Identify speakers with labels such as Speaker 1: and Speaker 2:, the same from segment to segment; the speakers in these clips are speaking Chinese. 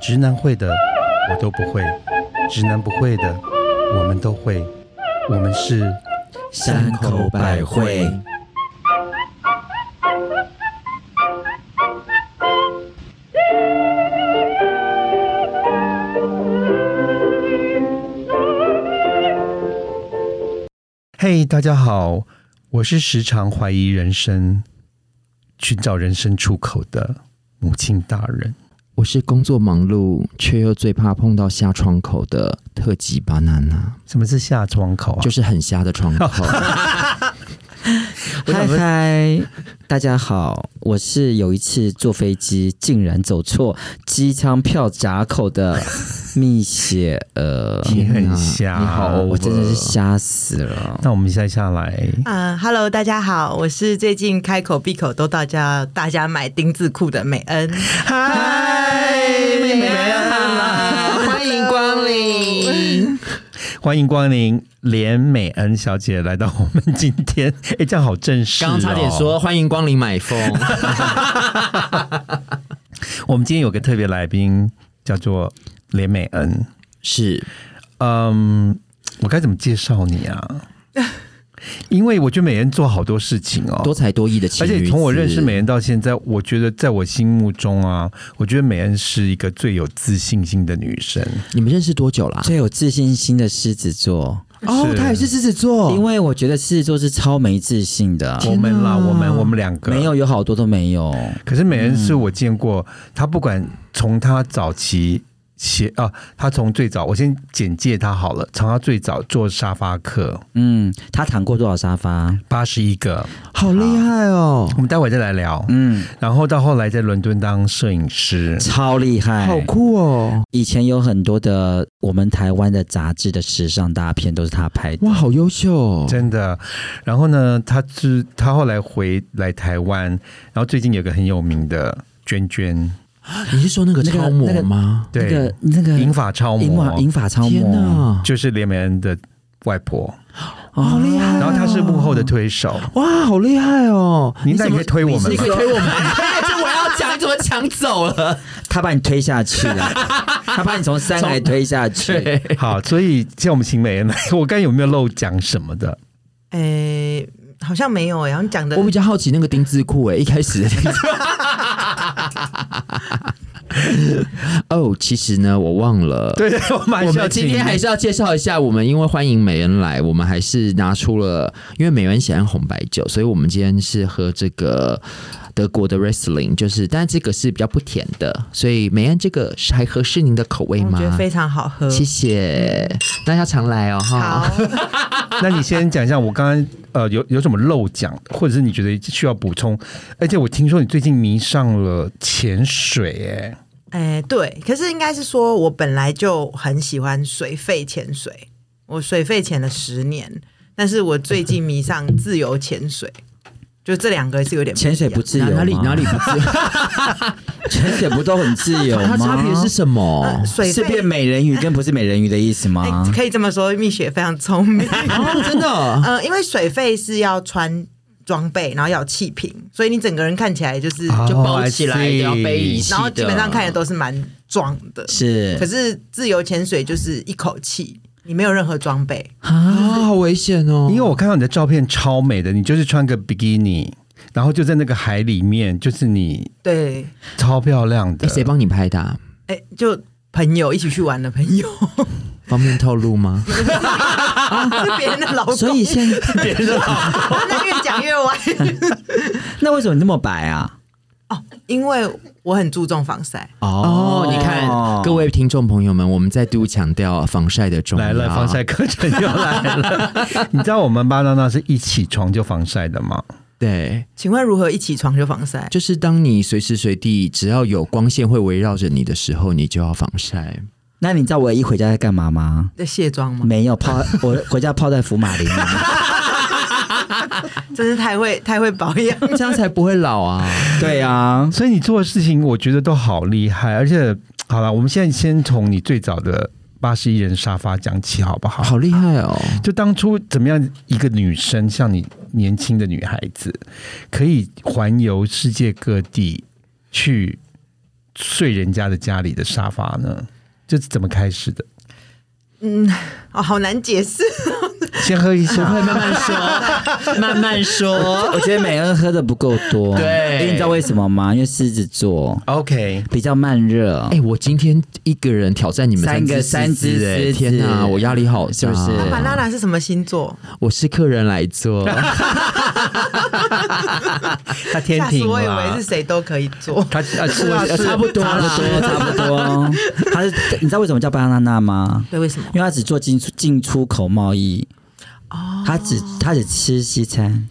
Speaker 1: 直男会的我都不会，直男不会的我们都会，我们是
Speaker 2: 山口百惠。
Speaker 1: 嘿、大家好，我是时常怀疑人生、寻找人生出口的母亲大人。
Speaker 2: 我是工作忙碌却又最怕碰到下窗口的特级 banana，
Speaker 1: 什么是下窗口啊？
Speaker 2: 就是很瞎的窗 口。
Speaker 3: 我想
Speaker 2: 嗨
Speaker 3: 说
Speaker 2: 嗨，
Speaker 3: 大家好，我是有一次坐飞机竟然走错机舱票闸口的蜜雪 儿，
Speaker 1: 你
Speaker 2: 天啊
Speaker 1: 很
Speaker 2: 哪
Speaker 1: 瞎，
Speaker 3: 你好，
Speaker 2: 哦
Speaker 3: 我真的是。吓死了。
Speaker 1: 那我们接下来，
Speaker 4: 啊、h e l l o 大家好，我是最近开口闭口都大家大家买丁字裤的美恩。
Speaker 1: 嗨，
Speaker 4: 美恩好
Speaker 2: 欢迎光临。
Speaker 1: 欢迎光临连美恩小姐来到我们今天。哎，这样好正式、哦。
Speaker 2: 刚刚差点说，欢迎光临买风，
Speaker 1: 我们今天有个特别来宾，叫做连美恩。
Speaker 2: 是
Speaker 1: 嗯，我该怎么介绍你 啊？因为我觉得美恩做好多事情哦，
Speaker 2: 多才多艺的
Speaker 1: 而
Speaker 2: 情侣子。
Speaker 1: 且从我认识美恩到现在，我觉得在我心目中啊，我觉得美恩是一个最有自信心的女生。
Speaker 2: 你们认识多久啦？
Speaker 3: 最有自信心的狮子座，
Speaker 2: 哦，他也是狮子座，
Speaker 3: 因为我觉得狮子座是超没自信的，
Speaker 1: 我们啦，我们我们两个
Speaker 3: 啊没。有有好多都没有。
Speaker 1: 可是美恩是我见过，她不管从她早期写啊，她从最早，我先简介她好了，从她最早做沙发客
Speaker 3: 嗯，他躺过多少沙发？
Speaker 1: 八十一个，
Speaker 2: 好厉害哦
Speaker 1: 我，们待会再来聊。
Speaker 3: 嗯，
Speaker 1: 然后到后来在伦敦当摄影师，
Speaker 3: 超厉害，
Speaker 2: 好酷哦，
Speaker 3: 以前有很多的我们台湾的杂志的时尚大片都是他拍的。
Speaker 2: 哇，好优秀哦。
Speaker 1: 真的。然后呢，他是他后来回来台湾，然后最近有个很有名的娟娟，
Speaker 2: 你是说那个
Speaker 3: 那个
Speaker 2: 超模
Speaker 3: 那个
Speaker 2: 吗？
Speaker 3: 那
Speaker 1: 对
Speaker 3: 个，那个
Speaker 1: 银发超
Speaker 3: 银发
Speaker 1: 模，哦
Speaker 3: 银发超
Speaker 2: 天
Speaker 3: 模，
Speaker 2: 哪，
Speaker 1: 就是连美恩的外婆，
Speaker 2: 哦好厉害哦！
Speaker 1: 然后她是幕后的推 手。
Speaker 2: 哇，好厉害哦！
Speaker 1: 您那
Speaker 2: 怎
Speaker 1: 你
Speaker 2: 么
Speaker 1: 可以推我们
Speaker 2: 你
Speaker 1: 吗
Speaker 2: 可以？推我们， 这我要讲，你怎么抢走了？
Speaker 3: 他把你推 下去了，他把你从三来推下去。
Speaker 1: 好，所以现在我们请美恩 来，我刚才有没有漏讲什么的？
Speaker 4: 诶、哎好像没有哎诶、好像讲的
Speaker 2: 我比较好奇那个丁字裤哎，一开始的丁字裤。 哦，其实呢，我忘了。
Speaker 1: 对对， 我们还
Speaker 2: 我
Speaker 1: 是要
Speaker 2: 们今
Speaker 1: 请
Speaker 2: 天还是要介绍一下，我们因为欢迎美恩来，我们还是拿出了，因为美恩喜欢红白酒，所以我们今天是喝这个德国的 Riesling，就是，但这个是比较不甜的，所以美恩这个是还合适您的口味
Speaker 4: 我
Speaker 2: 吗？
Speaker 4: 觉得非常好喝。
Speaker 2: 谢谢，那要常来哦哈。
Speaker 4: 好，
Speaker 1: 那你先讲一下，我刚刚呃有有什么漏讲，或者是你觉得需要补充？而且我听说你最近迷上了潜水、哎，
Speaker 4: 诶、对，可是应该是说我本来就很喜欢水肺潜水，我水肺潜了十年，但是我最近迷上自由潜水，就这两个是有点
Speaker 3: 潜水不
Speaker 4: 一样
Speaker 3: 自由
Speaker 2: 哪
Speaker 3: 吗
Speaker 2: 哪里哪里不自由？
Speaker 3: 潜水不都很自由
Speaker 2: 它
Speaker 3: 吗？哦
Speaker 2: 差别是什么？哎
Speaker 4: 水
Speaker 3: 是
Speaker 4: 肺
Speaker 3: 变美人鱼跟不是美人鱼的意思吗
Speaker 2: 啊
Speaker 4: 诶？哎可以这么说，蜜雪非常聪 明。
Speaker 2: 哦，真
Speaker 3: 啊
Speaker 2: 的
Speaker 4: 呃，因为水肺是要穿装备，然后要有气瓶，所以你整个人看起来就是，
Speaker 2: 就
Speaker 1: 哦
Speaker 2: 包
Speaker 1: ，I
Speaker 2: 起来，
Speaker 1: see
Speaker 2: 要背一系的
Speaker 4: 然后基本上看起来都是蛮壮的。可
Speaker 3: 是
Speaker 4: 是自由潜水就是一口气，你没有任何装备，
Speaker 2: 啊，好危险哦！
Speaker 1: 因为我看到你的照片超美的，你就是穿个比基尼，然后就在那个海里面，就是你
Speaker 4: 对，
Speaker 1: 超漂亮
Speaker 2: 哎
Speaker 1: 的。
Speaker 2: 谁帮你拍的啊？
Speaker 4: 哎、就朋友一起去玩的朋 友，
Speaker 2: 方便透露吗？
Speaker 4: 是别人的老公，
Speaker 3: 所 以现
Speaker 4: 那越讲越歪。
Speaker 3: 那为什么你那么白啊？
Speaker 4: 哦，因为我很注重防晒，
Speaker 2: 哦，你看，各位听众朋友们，我们再度强调防晒的重要。
Speaker 1: 来了，啊防晒课程又来了。你知道我们巴娜娜是一起床就防晒的吗？
Speaker 2: 对，
Speaker 4: 请问如何一起床就防晒？
Speaker 2: 就是当你随时随地只要有光线会围绕着你的时候，你就要防晒。
Speaker 3: 那你知道我一回家在干嘛吗？
Speaker 4: 在卸妆吗？
Speaker 3: 没有泡，我回家泡在福马林里面。嗯
Speaker 4: 真是太会太会保 养。
Speaker 2: 这样才不会老啊！
Speaker 3: 对啊，
Speaker 1: 所以你做的事情，我觉得都好厉害。而且，好了，我们现在先从你最早的八十一人沙发讲起，好不好？
Speaker 2: 好厉害哦！
Speaker 1: 就当初怎么样一个女生，像你年轻的女孩子，可以环游世界各地去睡人家的家里的沙发呢？这是怎么开始的？
Speaker 4: 哦，好难解释。
Speaker 1: 先喝 一下，
Speaker 2: 慢慢说，慢慢说。
Speaker 3: 我觉得美恩喝的不够多，
Speaker 2: 对
Speaker 3: 因为你知道为什么吗？因为狮子座
Speaker 1: OK，
Speaker 3: 比较慢热，
Speaker 2: 哎、我今天一个人挑战你们
Speaker 3: 三个
Speaker 2: 三
Speaker 3: 三只
Speaker 2: 只，哎，
Speaker 3: 狮子
Speaker 2: 天哪，我压力好大，
Speaker 3: 是不是
Speaker 4: 阿法拉拉是什么星座？
Speaker 2: 我是客人来做，
Speaker 1: 他天
Speaker 3: 啊
Speaker 4: 吓死
Speaker 1: 庭
Speaker 4: 我以为
Speaker 1: 啦
Speaker 4: 是，谁都可以做。
Speaker 1: 他啊是
Speaker 4: 啊
Speaker 1: 我
Speaker 4: 是
Speaker 2: 差不多
Speaker 3: 差不多，
Speaker 2: 啦。
Speaker 3: 差不多。他是，你知道为什么叫巴娜娜吗？
Speaker 4: 对，为什么？
Speaker 3: 因为他只做进出进出口贸易。哦，他只他只吃西餐。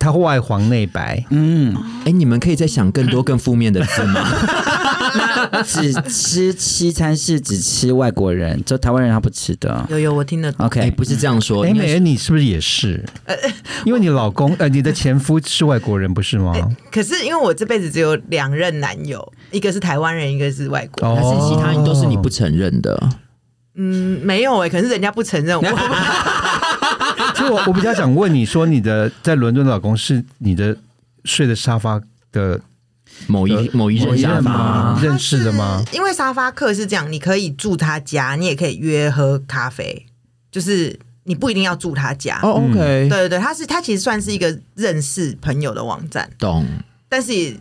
Speaker 1: 他外黄内白，
Speaker 3: 嗯，
Speaker 2: 哎、你们可以再想更多更负面的字 吗？
Speaker 3: 只吃西餐是只吃外国人，就台湾人他不吃的。
Speaker 4: 有有，我听得
Speaker 2: 哎、
Speaker 4: 懂。
Speaker 3: OK，
Speaker 2: 不是这样说，
Speaker 1: 哎，
Speaker 2: 应该
Speaker 1: 美
Speaker 2: 是
Speaker 1: 人，你是不是也是？
Speaker 2: 呃
Speaker 1: 因为你老公呃，你的前夫是外国人，不是
Speaker 2: 呃
Speaker 1: 吗？
Speaker 4: 可是因为我这辈子只有两任男友，一个是台湾人，一个是外
Speaker 1: 哦
Speaker 4: 国人。
Speaker 2: 还是其他人都是你不承认的。
Speaker 4: 嗯，没有哎、可是人家不承认我。
Speaker 1: 其实我我比较想问你说，你的在伦敦的老公是你的睡的沙发的
Speaker 2: 某一某一任下
Speaker 1: 吗
Speaker 2: 发，
Speaker 1: 认识的吗？
Speaker 4: 因为沙发客是这样，你可以住他家，你也可以约喝咖啡，就是你不一定要住他家。
Speaker 2: 哦
Speaker 1: 嗯
Speaker 2: ，OK，
Speaker 4: 对对对，他是他其实算是一个认识朋友的网站，
Speaker 2: 懂。
Speaker 4: 但是也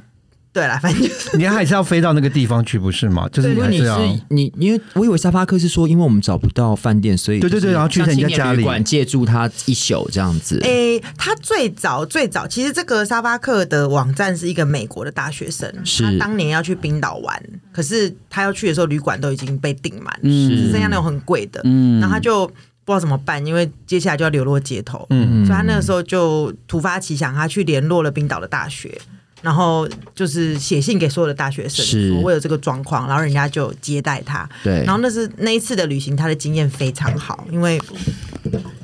Speaker 4: 对啦，反正就是
Speaker 1: 你还是要飞到那个地方去，不是吗？就是
Speaker 2: 因
Speaker 1: 你
Speaker 2: 为
Speaker 1: 还
Speaker 2: 你
Speaker 1: 是要
Speaker 2: 是你，因为我以为沙发客是说，因为我们找不到饭店，所以
Speaker 1: 对对
Speaker 2: 就是
Speaker 1: 对然后去
Speaker 2: 像
Speaker 1: 人家
Speaker 2: 青年
Speaker 1: 家
Speaker 2: 旅
Speaker 1: 里哎
Speaker 2: 馆借住他一宿这样子。哎
Speaker 4: 诶、他最早最早，其实这个沙巴克的网站是一个美国的大学生，
Speaker 2: 是
Speaker 4: 他当年要去冰岛玩，可是他要去的时候，旅馆都已经被订满，
Speaker 3: 嗯
Speaker 4: 只剩下那种很贵的，
Speaker 3: 嗯
Speaker 4: 然后他就不知道怎么办，因为接下来就要流落街头，
Speaker 1: 嗯
Speaker 4: 所以他那个时候就突发奇想，他去联络了冰岛的大学。然后就是写信给所有的大学生，
Speaker 2: 是
Speaker 4: 说我有这个状况，然后人家就接待他。
Speaker 2: 对，
Speaker 4: 然后那是那一次的旅行，他的经验非常好，因为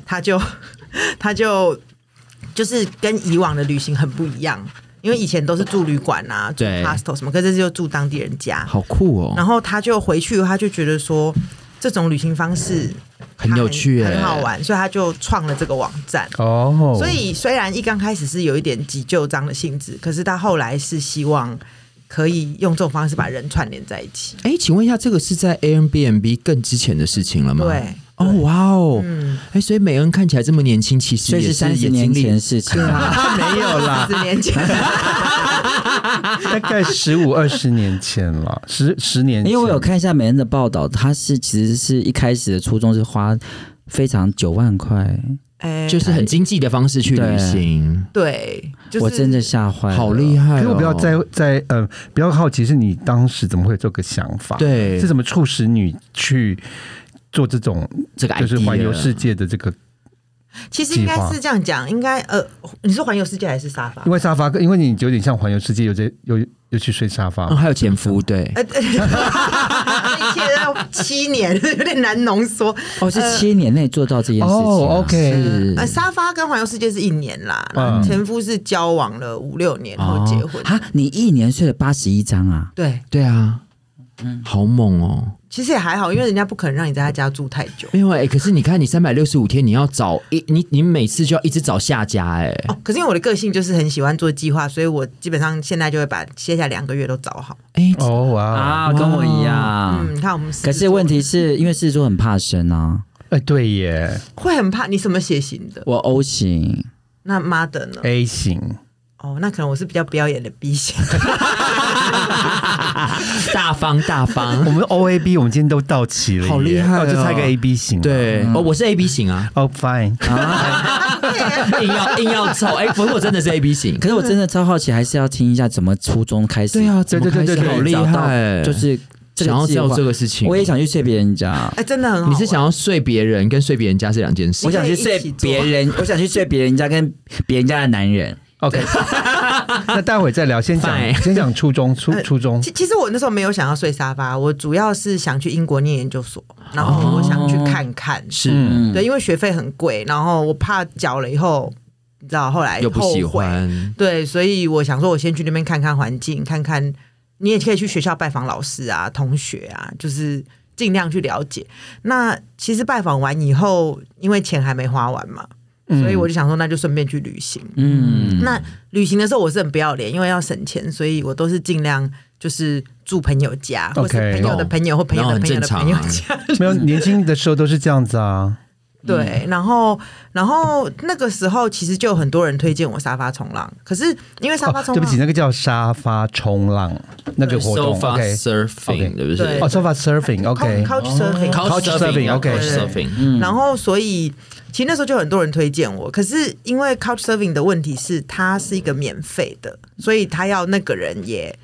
Speaker 4: 他就他就就是跟以往的旅行很不一样，因为以前都是住旅馆啊，住
Speaker 2: 对
Speaker 4: hostel 什么，可是这次就住当地人家。
Speaker 2: 好酷哦，
Speaker 4: 然后他就回去，他就觉得说这种旅行方式他
Speaker 2: 很有趣，
Speaker 4: 很好。玩，所以他就创了这个网站。
Speaker 1: 哦，
Speaker 4: 所以虽然一刚开始是有一点急救章的性质，可是他后来是希望可以用这种方式把人串联在一起。
Speaker 2: 哎，请问一下，这个是在 Airbnb 更之前的事情了吗？
Speaker 4: 对。
Speaker 2: 哦，哇哦，
Speaker 4: 嗯，
Speaker 2: 哎，所以美恩看起来这么年轻，其
Speaker 3: 所
Speaker 2: 实
Speaker 3: 以
Speaker 2: 也
Speaker 3: 是三
Speaker 2: 也
Speaker 3: 十
Speaker 2: 经
Speaker 3: 年前
Speaker 2: 历
Speaker 3: 的事情。啊
Speaker 1: 没有 啦，
Speaker 4: 四年前。
Speaker 1: 大概十五二十年前了，十十年前，
Speaker 3: 因为我有看一下美恩的报道，他是其实是一开始的初衷是花非常九万块，
Speaker 4: 哎
Speaker 2: 就是很经济的方式去旅行，
Speaker 4: 对，就是
Speaker 3: 我真的吓坏了，
Speaker 2: 好厉害、哦！
Speaker 1: 可是我比较在在呃，比较好奇是你当时怎么会有这个想法？，
Speaker 2: 对
Speaker 1: 是怎么促使你去做这种
Speaker 2: 这个
Speaker 1: 就是环游
Speaker 2: idea
Speaker 1: 世界的这个？
Speaker 4: 其实应该
Speaker 1: 计划
Speaker 4: 是这样讲，应该呃，你是环游世界还是沙发
Speaker 1: 因？为沙发，因为你有点像环游世界，有这有有去睡沙发
Speaker 2: 嗯，，还有前夫对，
Speaker 4: 呃， 对一切要七年，有点难浓缩。
Speaker 3: 哦，是七年内做到这件事情、啊。
Speaker 1: 哦，OK，
Speaker 2: 是
Speaker 4: 呃，沙发跟环游世界是一年啦，然后前夫是交往了五六年后结婚。
Speaker 3: 嗯哦哈，啊你一年睡了八十一张啊？
Speaker 4: 对，
Speaker 2: 对啊，嗯，好猛哦！
Speaker 4: 其实也还好，因为人家不可能让你在他家住太久。
Speaker 3: 嗯
Speaker 2: 没有哎、可是你看你三百六十五天，你要找一你你每次就要一直找下家哎、
Speaker 4: 哦，可是因为我的个性就是很喜欢做计划，所以我基本上现在就会把接下来两个月都找好。
Speaker 2: 哎、
Speaker 1: 哦哇，
Speaker 3: 啊，跟我一样。
Speaker 4: 嗯，你看我们狮子座，
Speaker 3: 可是问题是因为狮子座很怕生啊，
Speaker 1: 哎，对耶
Speaker 4: 会很怕你什么血型的？
Speaker 3: 我 O 型，
Speaker 4: 那妈的
Speaker 3: 哎
Speaker 4: 呢？
Speaker 1: ，A 型，
Speaker 4: 哦，那可能我是比较不要眼的 B 型。
Speaker 2: 大方大方
Speaker 1: 我，们 O A B 我们今天都到齐了耶，
Speaker 2: 好厉害哦
Speaker 1: 就差一个 A B 型，，
Speaker 2: 对、啊哦，我是 A B 型 啊，
Speaker 1: 哦，fine，
Speaker 2: 硬要硬要凑哎、不过我真的是 A B 型，
Speaker 3: 可是我真的超好奇，还是要听一下怎么初中开始。
Speaker 2: 对啊，
Speaker 1: 对
Speaker 2: 怎么
Speaker 1: 对对
Speaker 2: 开始
Speaker 1: 对对
Speaker 2: 好厉
Speaker 3: 找到
Speaker 2: 害，
Speaker 3: 就是这
Speaker 2: 想要
Speaker 3: 个计划
Speaker 2: 做这个事情，
Speaker 3: 我也想去睡别人家
Speaker 4: 哎、。真的很好玩。
Speaker 2: 你是想要睡别人跟睡别人家是两件事
Speaker 3: 我。想去睡别人，我想去睡别人家跟别人家的男人。
Speaker 1: OK，那待会再聊，先讲
Speaker 2: Fine
Speaker 1: 先讲初中初
Speaker 4: 呃
Speaker 1: 初中
Speaker 4: 其其实我那时候没有想要睡沙发，我主要是想去英国念研究所，然后我想去看看。
Speaker 2: 哦是、
Speaker 3: 嗯，
Speaker 4: 对，因为学费很贵，然后我怕缴了以后，你知道后来
Speaker 2: 又不喜
Speaker 4: 后悔。
Speaker 2: 欢，
Speaker 4: 对，所以我想说，我先去那边看看环境，看看你也可以去学校拜访老师啊、同学啊，就是尽量去了解。那其实拜访完以后，因为钱还没花完嘛，所以
Speaker 2: 嗯
Speaker 4: 我就想说，那就顺便去旅行。
Speaker 3: 嗯，
Speaker 4: 那旅行的时候我是很不要脸，因为要省钱，所以我都是尽量就是住朋友家，或是
Speaker 1: OK，
Speaker 4: 朋友的
Speaker 2: 懂
Speaker 4: 朋友或朋友
Speaker 2: 那
Speaker 4: 的
Speaker 2: 很
Speaker 4: 朋友的
Speaker 2: 正常
Speaker 4: 朋友
Speaker 2: 啊
Speaker 4: 家。
Speaker 1: 没有年轻的时候都是这样子啊。
Speaker 4: 对，然后然后那个时候其实就有很多人推荐我沙发冲浪，可是因为沙发
Speaker 1: 哦，
Speaker 4: 冲
Speaker 1: 对
Speaker 4: 浪，
Speaker 1: 不起，那个叫沙发冲浪那个活动
Speaker 2: 呃 sofa
Speaker 1: ，OK，
Speaker 2: surfing
Speaker 1: OK
Speaker 2: 对不
Speaker 4: 对
Speaker 2: 对
Speaker 1: 哦，sofa surfing，OK，
Speaker 4: couch surfing，
Speaker 1: Couch surfing，
Speaker 2: 啊
Speaker 1: OK
Speaker 2: couch surfing，
Speaker 1: 嗯
Speaker 4: 然后所以其实那时候就很多人推荐我，可是因为 Couchsurfing 的问题是它是一个免费的，所以他要那个人也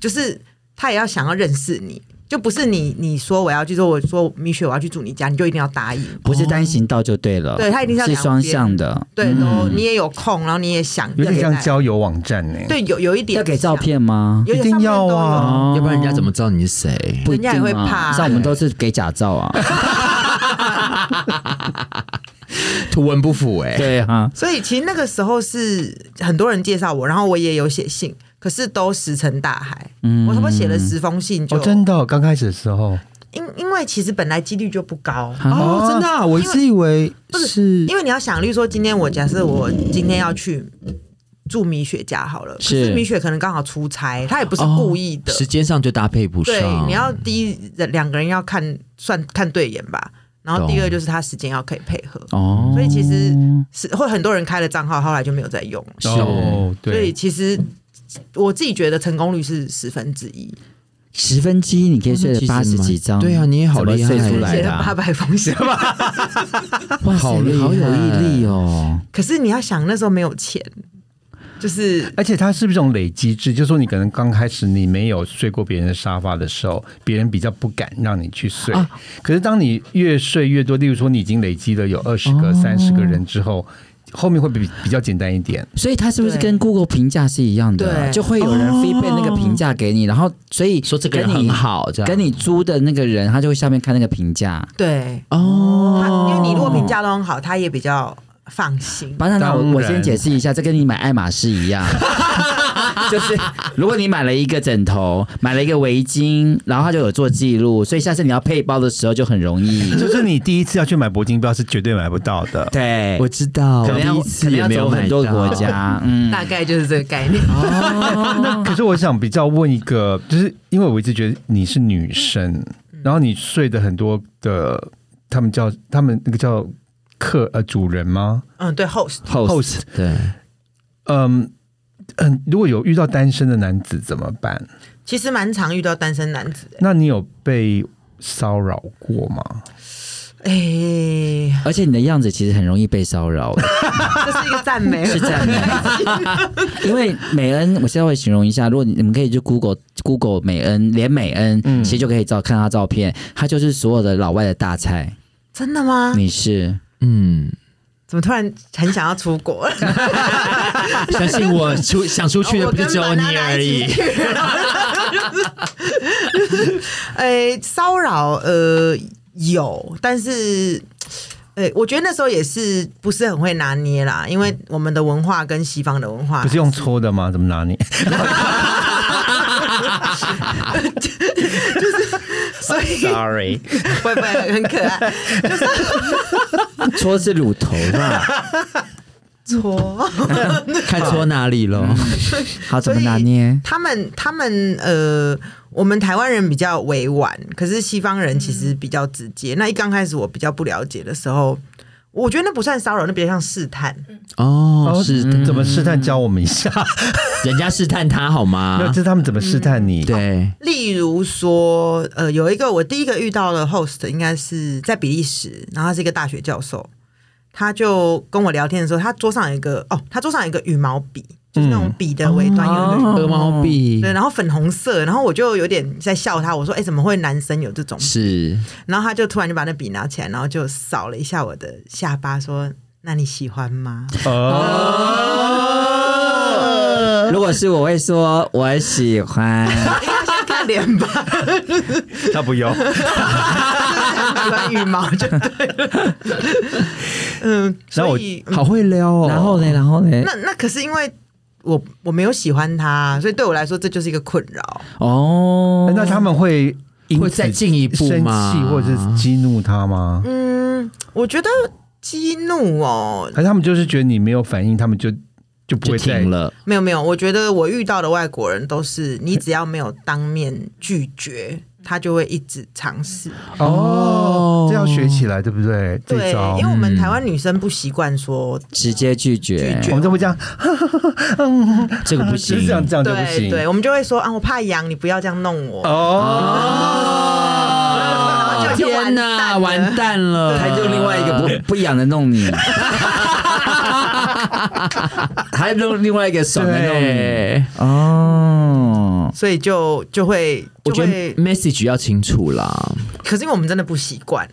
Speaker 4: 就是他也要想要认识你，就不是你你说我要去做，我说米雪我要去住你家，你就一定要答应。
Speaker 1: 嗯
Speaker 3: 不是单行道就对了，
Speaker 4: 对它一定是要
Speaker 3: 是
Speaker 4: 两
Speaker 3: 双
Speaker 4: 边
Speaker 3: 向的，
Speaker 4: 对，都你也有空，然后你也想
Speaker 1: 有点
Speaker 4: 要
Speaker 1: 像
Speaker 4: 给
Speaker 1: 交友网站呢。
Speaker 4: 他，对，有有一点
Speaker 3: 要给照
Speaker 4: 像，
Speaker 3: 片吗？
Speaker 4: 有
Speaker 1: 一
Speaker 4: 点
Speaker 1: 定要
Speaker 4: 上面都有
Speaker 1: 啊
Speaker 2: 要不然人家怎么知道你是谁？
Speaker 3: 不一定
Speaker 4: 人家也会
Speaker 3: 啊，
Speaker 4: 怕
Speaker 3: 像我们都是给假照啊，
Speaker 2: 图文不符哎，
Speaker 3: 对啊，
Speaker 4: 所以其实那个时候是很多人介绍我，然后我也有写信，可是都石沉大海。
Speaker 1: 嗯
Speaker 4: 我差不多写了十封信就，
Speaker 1: 哦，真的哦，刚开始的时候，
Speaker 4: 因因为其实本来几率就不高，
Speaker 2: 哦，真的啊，我一直以为是
Speaker 4: 因为你要想，例如说今天我假设我今天要去住米雪家好了，可
Speaker 3: 是
Speaker 4: 是米雪可能刚好出差，她也不是故意的，
Speaker 2: 哦时间上就搭配不上。
Speaker 4: 对，
Speaker 3: 啊
Speaker 4: 你要第一两个人要看算看对眼吧，然后第二
Speaker 2: 懂
Speaker 4: 就是她时间要可以配合，
Speaker 3: 哦，
Speaker 4: 所以其实是会很多人开了账号，后来就没有再用了，
Speaker 2: 是
Speaker 1: 哦，
Speaker 4: 所以
Speaker 1: 对，
Speaker 4: 其实。我自己觉得成功率是十分之一，
Speaker 3: 十分之一你可以睡了八十几张，
Speaker 2: 对啊你也好厉害
Speaker 3: 怎么睡出来
Speaker 4: 写
Speaker 3: 的
Speaker 4: 了八
Speaker 3: 啊，
Speaker 4: 百封 信吧。
Speaker 3: 哇
Speaker 2: 好
Speaker 3: 塞，
Speaker 2: 厉
Speaker 3: 你
Speaker 2: 害
Speaker 3: 好有毅力哦，
Speaker 4: 可是你要想，那时候没有钱，就是
Speaker 1: 而且它是不是一种累积制？就是说你可能刚开始你没有睡过别人的沙发的时候，别人比较不敢让你去睡。可是当你越睡越多，例如说你已经累积了有二十个、三十、个人之后，后面会比比较简单一点。
Speaker 3: 所以它是不是
Speaker 4: 对
Speaker 3: 跟 Google 评价是一样的？啊哦
Speaker 4: 对
Speaker 3: 就会有人 feedback 那个评价给你，然后所以
Speaker 2: 说这个人
Speaker 3: 跟你
Speaker 2: 很好，这样
Speaker 3: 跟你租的那个人，他就会下面看那个评价。
Speaker 4: 对，
Speaker 2: 哦，
Speaker 4: 他因为你如果评价都很好，他也比较放心。
Speaker 3: 巴拿那
Speaker 1: 当
Speaker 3: 我
Speaker 1: 然
Speaker 3: 我先解释一下，这跟你买爱马仕一 样，就是如果你买了一个枕头，买了一个围巾，然后他就有做记录，所以下次你要配包的时候就很容易。
Speaker 1: 就是你第一次要去买铂金标是绝对买不到的。
Speaker 3: 对，
Speaker 2: 欸我知道，
Speaker 3: 可能要
Speaker 2: 我第一次也没有
Speaker 3: 可能要走
Speaker 2: 买
Speaker 3: 很多
Speaker 2: 到
Speaker 3: 国。家，嗯，
Speaker 4: 大概就是这个概念。
Speaker 1: 那可是我想比较问一个，就是因为我一直觉得你是女生，然后你睡的很多的，他们叫他们那个叫客呃主人吗
Speaker 4: 嗯，对，host，
Speaker 3: host
Speaker 2: 对，
Speaker 1: 嗯嗯，如果有遇到单身的男子怎么办？
Speaker 4: 其实蛮常遇到单身男子的。
Speaker 1: 那你有被骚扰过吗？
Speaker 4: 哎、
Speaker 3: 而且你的样子其实很容易被骚扰，
Speaker 4: 这是一个赞美，
Speaker 3: 是这样的。因为美恩，我稍微形容一下，如果你你们可以去 Google Google 美恩，连美恩，
Speaker 1: 嗯
Speaker 3: 其实就可以照看她照片，她就是所有的老外的大菜。
Speaker 4: 真的吗？
Speaker 3: 你是
Speaker 2: 嗯，
Speaker 4: 怎么突然很想要出国了？
Speaker 2: 相信我 出想出去的
Speaker 4: 哦我
Speaker 2: 不
Speaker 4: 跟
Speaker 2: 是只有你而已
Speaker 4: banana 一。起去。 哎，骚扰呃有，但是。哎，我觉得那时候也是不是很会拿捏啦，因为我们的文化跟西方的文化
Speaker 1: 不是用搓的吗？怎么拿你？
Speaker 4: 所 以
Speaker 1: Sorry，
Speaker 4: 会不会很可 爱？
Speaker 3: 搓是乳头 吧？
Speaker 4: 搓，
Speaker 2: 看错哪里了？
Speaker 3: 好，怎么拿捏？
Speaker 4: 他们他们呃，我们台湾人比较委婉，可是西方人其实比较直接。那一刚开始我比较不了解的时候，我觉得那不算骚扰，那比较像试探。
Speaker 2: 哦，
Speaker 1: 哦，
Speaker 2: 是
Speaker 1: 是怎么试探？教我们一下，
Speaker 2: 人家试探他好
Speaker 1: 没有，
Speaker 2: 吗
Speaker 1: 这？是他们怎么试探你？，
Speaker 2: 嗯对，
Speaker 4: 例如说，呃，有一个我第一个遇到的 host 应该是在比利时，然后他是一个大学教授，他就跟我聊天的时候，他桌上有一个哦，他桌上有一个羽毛笔，就是那种笔的尾端有一个羽毛笔
Speaker 2: 鹅毛笔
Speaker 4: 对，然后粉红色，然后我就有点在笑他，我说：“哎、怎么会男生有这种
Speaker 2: 是？”
Speaker 4: 然后他就突然就把那笔拿起来，然后就扫了一下我的下巴，说：“那你喜欢吗
Speaker 1: 哦，
Speaker 3: 如果是我会说我喜欢，？”
Speaker 4: 先看脸吧，
Speaker 1: 他不用。
Speaker 4: 喜欢羽毛就对了。嗯，
Speaker 1: 然后我
Speaker 4: 所以
Speaker 2: 好会撩哦。
Speaker 3: 然后呢，然后呢？
Speaker 4: 那那可是因为我我没有喜欢他，所以对我来说这就是一个困扰。
Speaker 3: 哦，
Speaker 1: 那他们会因
Speaker 2: 会
Speaker 1: 此
Speaker 2: 再进一步
Speaker 1: 生
Speaker 2: 吗
Speaker 1: 气或者是激怒他吗？
Speaker 4: 嗯，我觉得激怒哦，
Speaker 1: 还是他们就是觉得你没有反应，他们就就不
Speaker 2: 就
Speaker 1: 会再
Speaker 2: 停了。
Speaker 4: 没有没有，我觉得我遇到的外国人都是，你只要没有当面拒绝，他就会一直尝试。
Speaker 1: 哦，这要学起来，对不对？这
Speaker 4: 对，
Speaker 1: 一招
Speaker 4: 因为，我们台湾女生不习惯说，
Speaker 3: 直接拒绝，
Speaker 4: 嗯
Speaker 1: 我们都会这样，
Speaker 2: 这个不
Speaker 1: 就
Speaker 2: 行
Speaker 1: 是，这样这样就不
Speaker 4: 对
Speaker 1: 行。
Speaker 4: 对，我们就会说啊，我怕痒，你不要这样弄我。
Speaker 1: 哦，
Speaker 4: 然后就就
Speaker 2: 天
Speaker 4: 完蛋
Speaker 2: 哪，
Speaker 4: 了
Speaker 2: 完蛋了！
Speaker 3: 他就另外一个 不不痒的弄你，还弄另外一个爽的弄你
Speaker 2: 对，
Speaker 3: 哦。
Speaker 4: 所以就就会，
Speaker 2: 我
Speaker 4: 就
Speaker 2: 觉
Speaker 4: 会
Speaker 2: 得，message 嗯要清楚啦，
Speaker 4: 可是因为我们真的不习惯，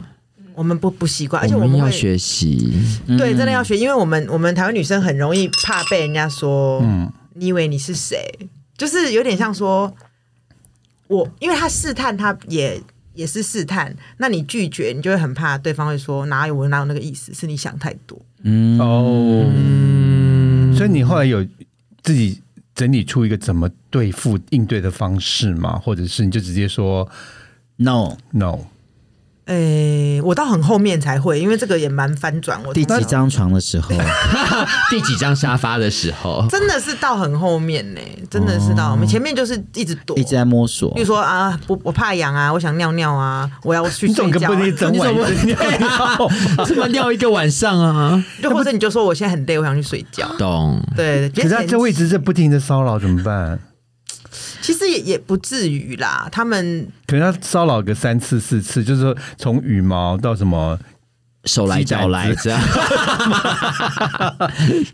Speaker 4: 我们不不习惯，而且
Speaker 2: 哦我
Speaker 4: 们
Speaker 2: 们要
Speaker 4: 会
Speaker 2: 学嗯习。
Speaker 4: 对，真的要学，因为我们我们台湾女生很容易怕被人家说，
Speaker 1: 嗯
Speaker 4: 你以为你是谁？就是有点像说，我因为他试探，他也也是试探，那你拒绝，你就会很怕对方会说哪有我哪有那个意思，是你想太多。
Speaker 3: 嗯，
Speaker 1: 哦，所以你后来有自己整理出一个怎么对付应对的方式吗？或者是你就直接说
Speaker 3: no，
Speaker 1: no？
Speaker 4: 诶、我到很后面才会，因为这个也蛮翻转我的
Speaker 3: 第几张床的时候，
Speaker 2: 第几张沙发的时候，
Speaker 4: 真的是到很后面呢、真的是到我
Speaker 1: 哦
Speaker 4: 们前面就是一直躲，
Speaker 3: 一直在摸索
Speaker 4: 比如。说啊，不，我怕痒啊，我想尿尿啊，我要去
Speaker 1: 你
Speaker 4: 睡
Speaker 1: 总跟
Speaker 4: 觉、
Speaker 1: 不
Speaker 4: 啊
Speaker 1: 能一。整晚 一直尿
Speaker 2: 怎么尿一个晚上啊？
Speaker 4: 就或者你就说我现在很累，我想去睡 觉。
Speaker 2: 懂？
Speaker 4: 对，
Speaker 1: 可是他这位置是不停的骚扰怎么办？
Speaker 4: 其实也也不至于啦。他们
Speaker 1: 可能他骚扰个三次四次，就是说从羽毛到什么，
Speaker 2: 手来
Speaker 3: 啊
Speaker 2: 脚来这 样，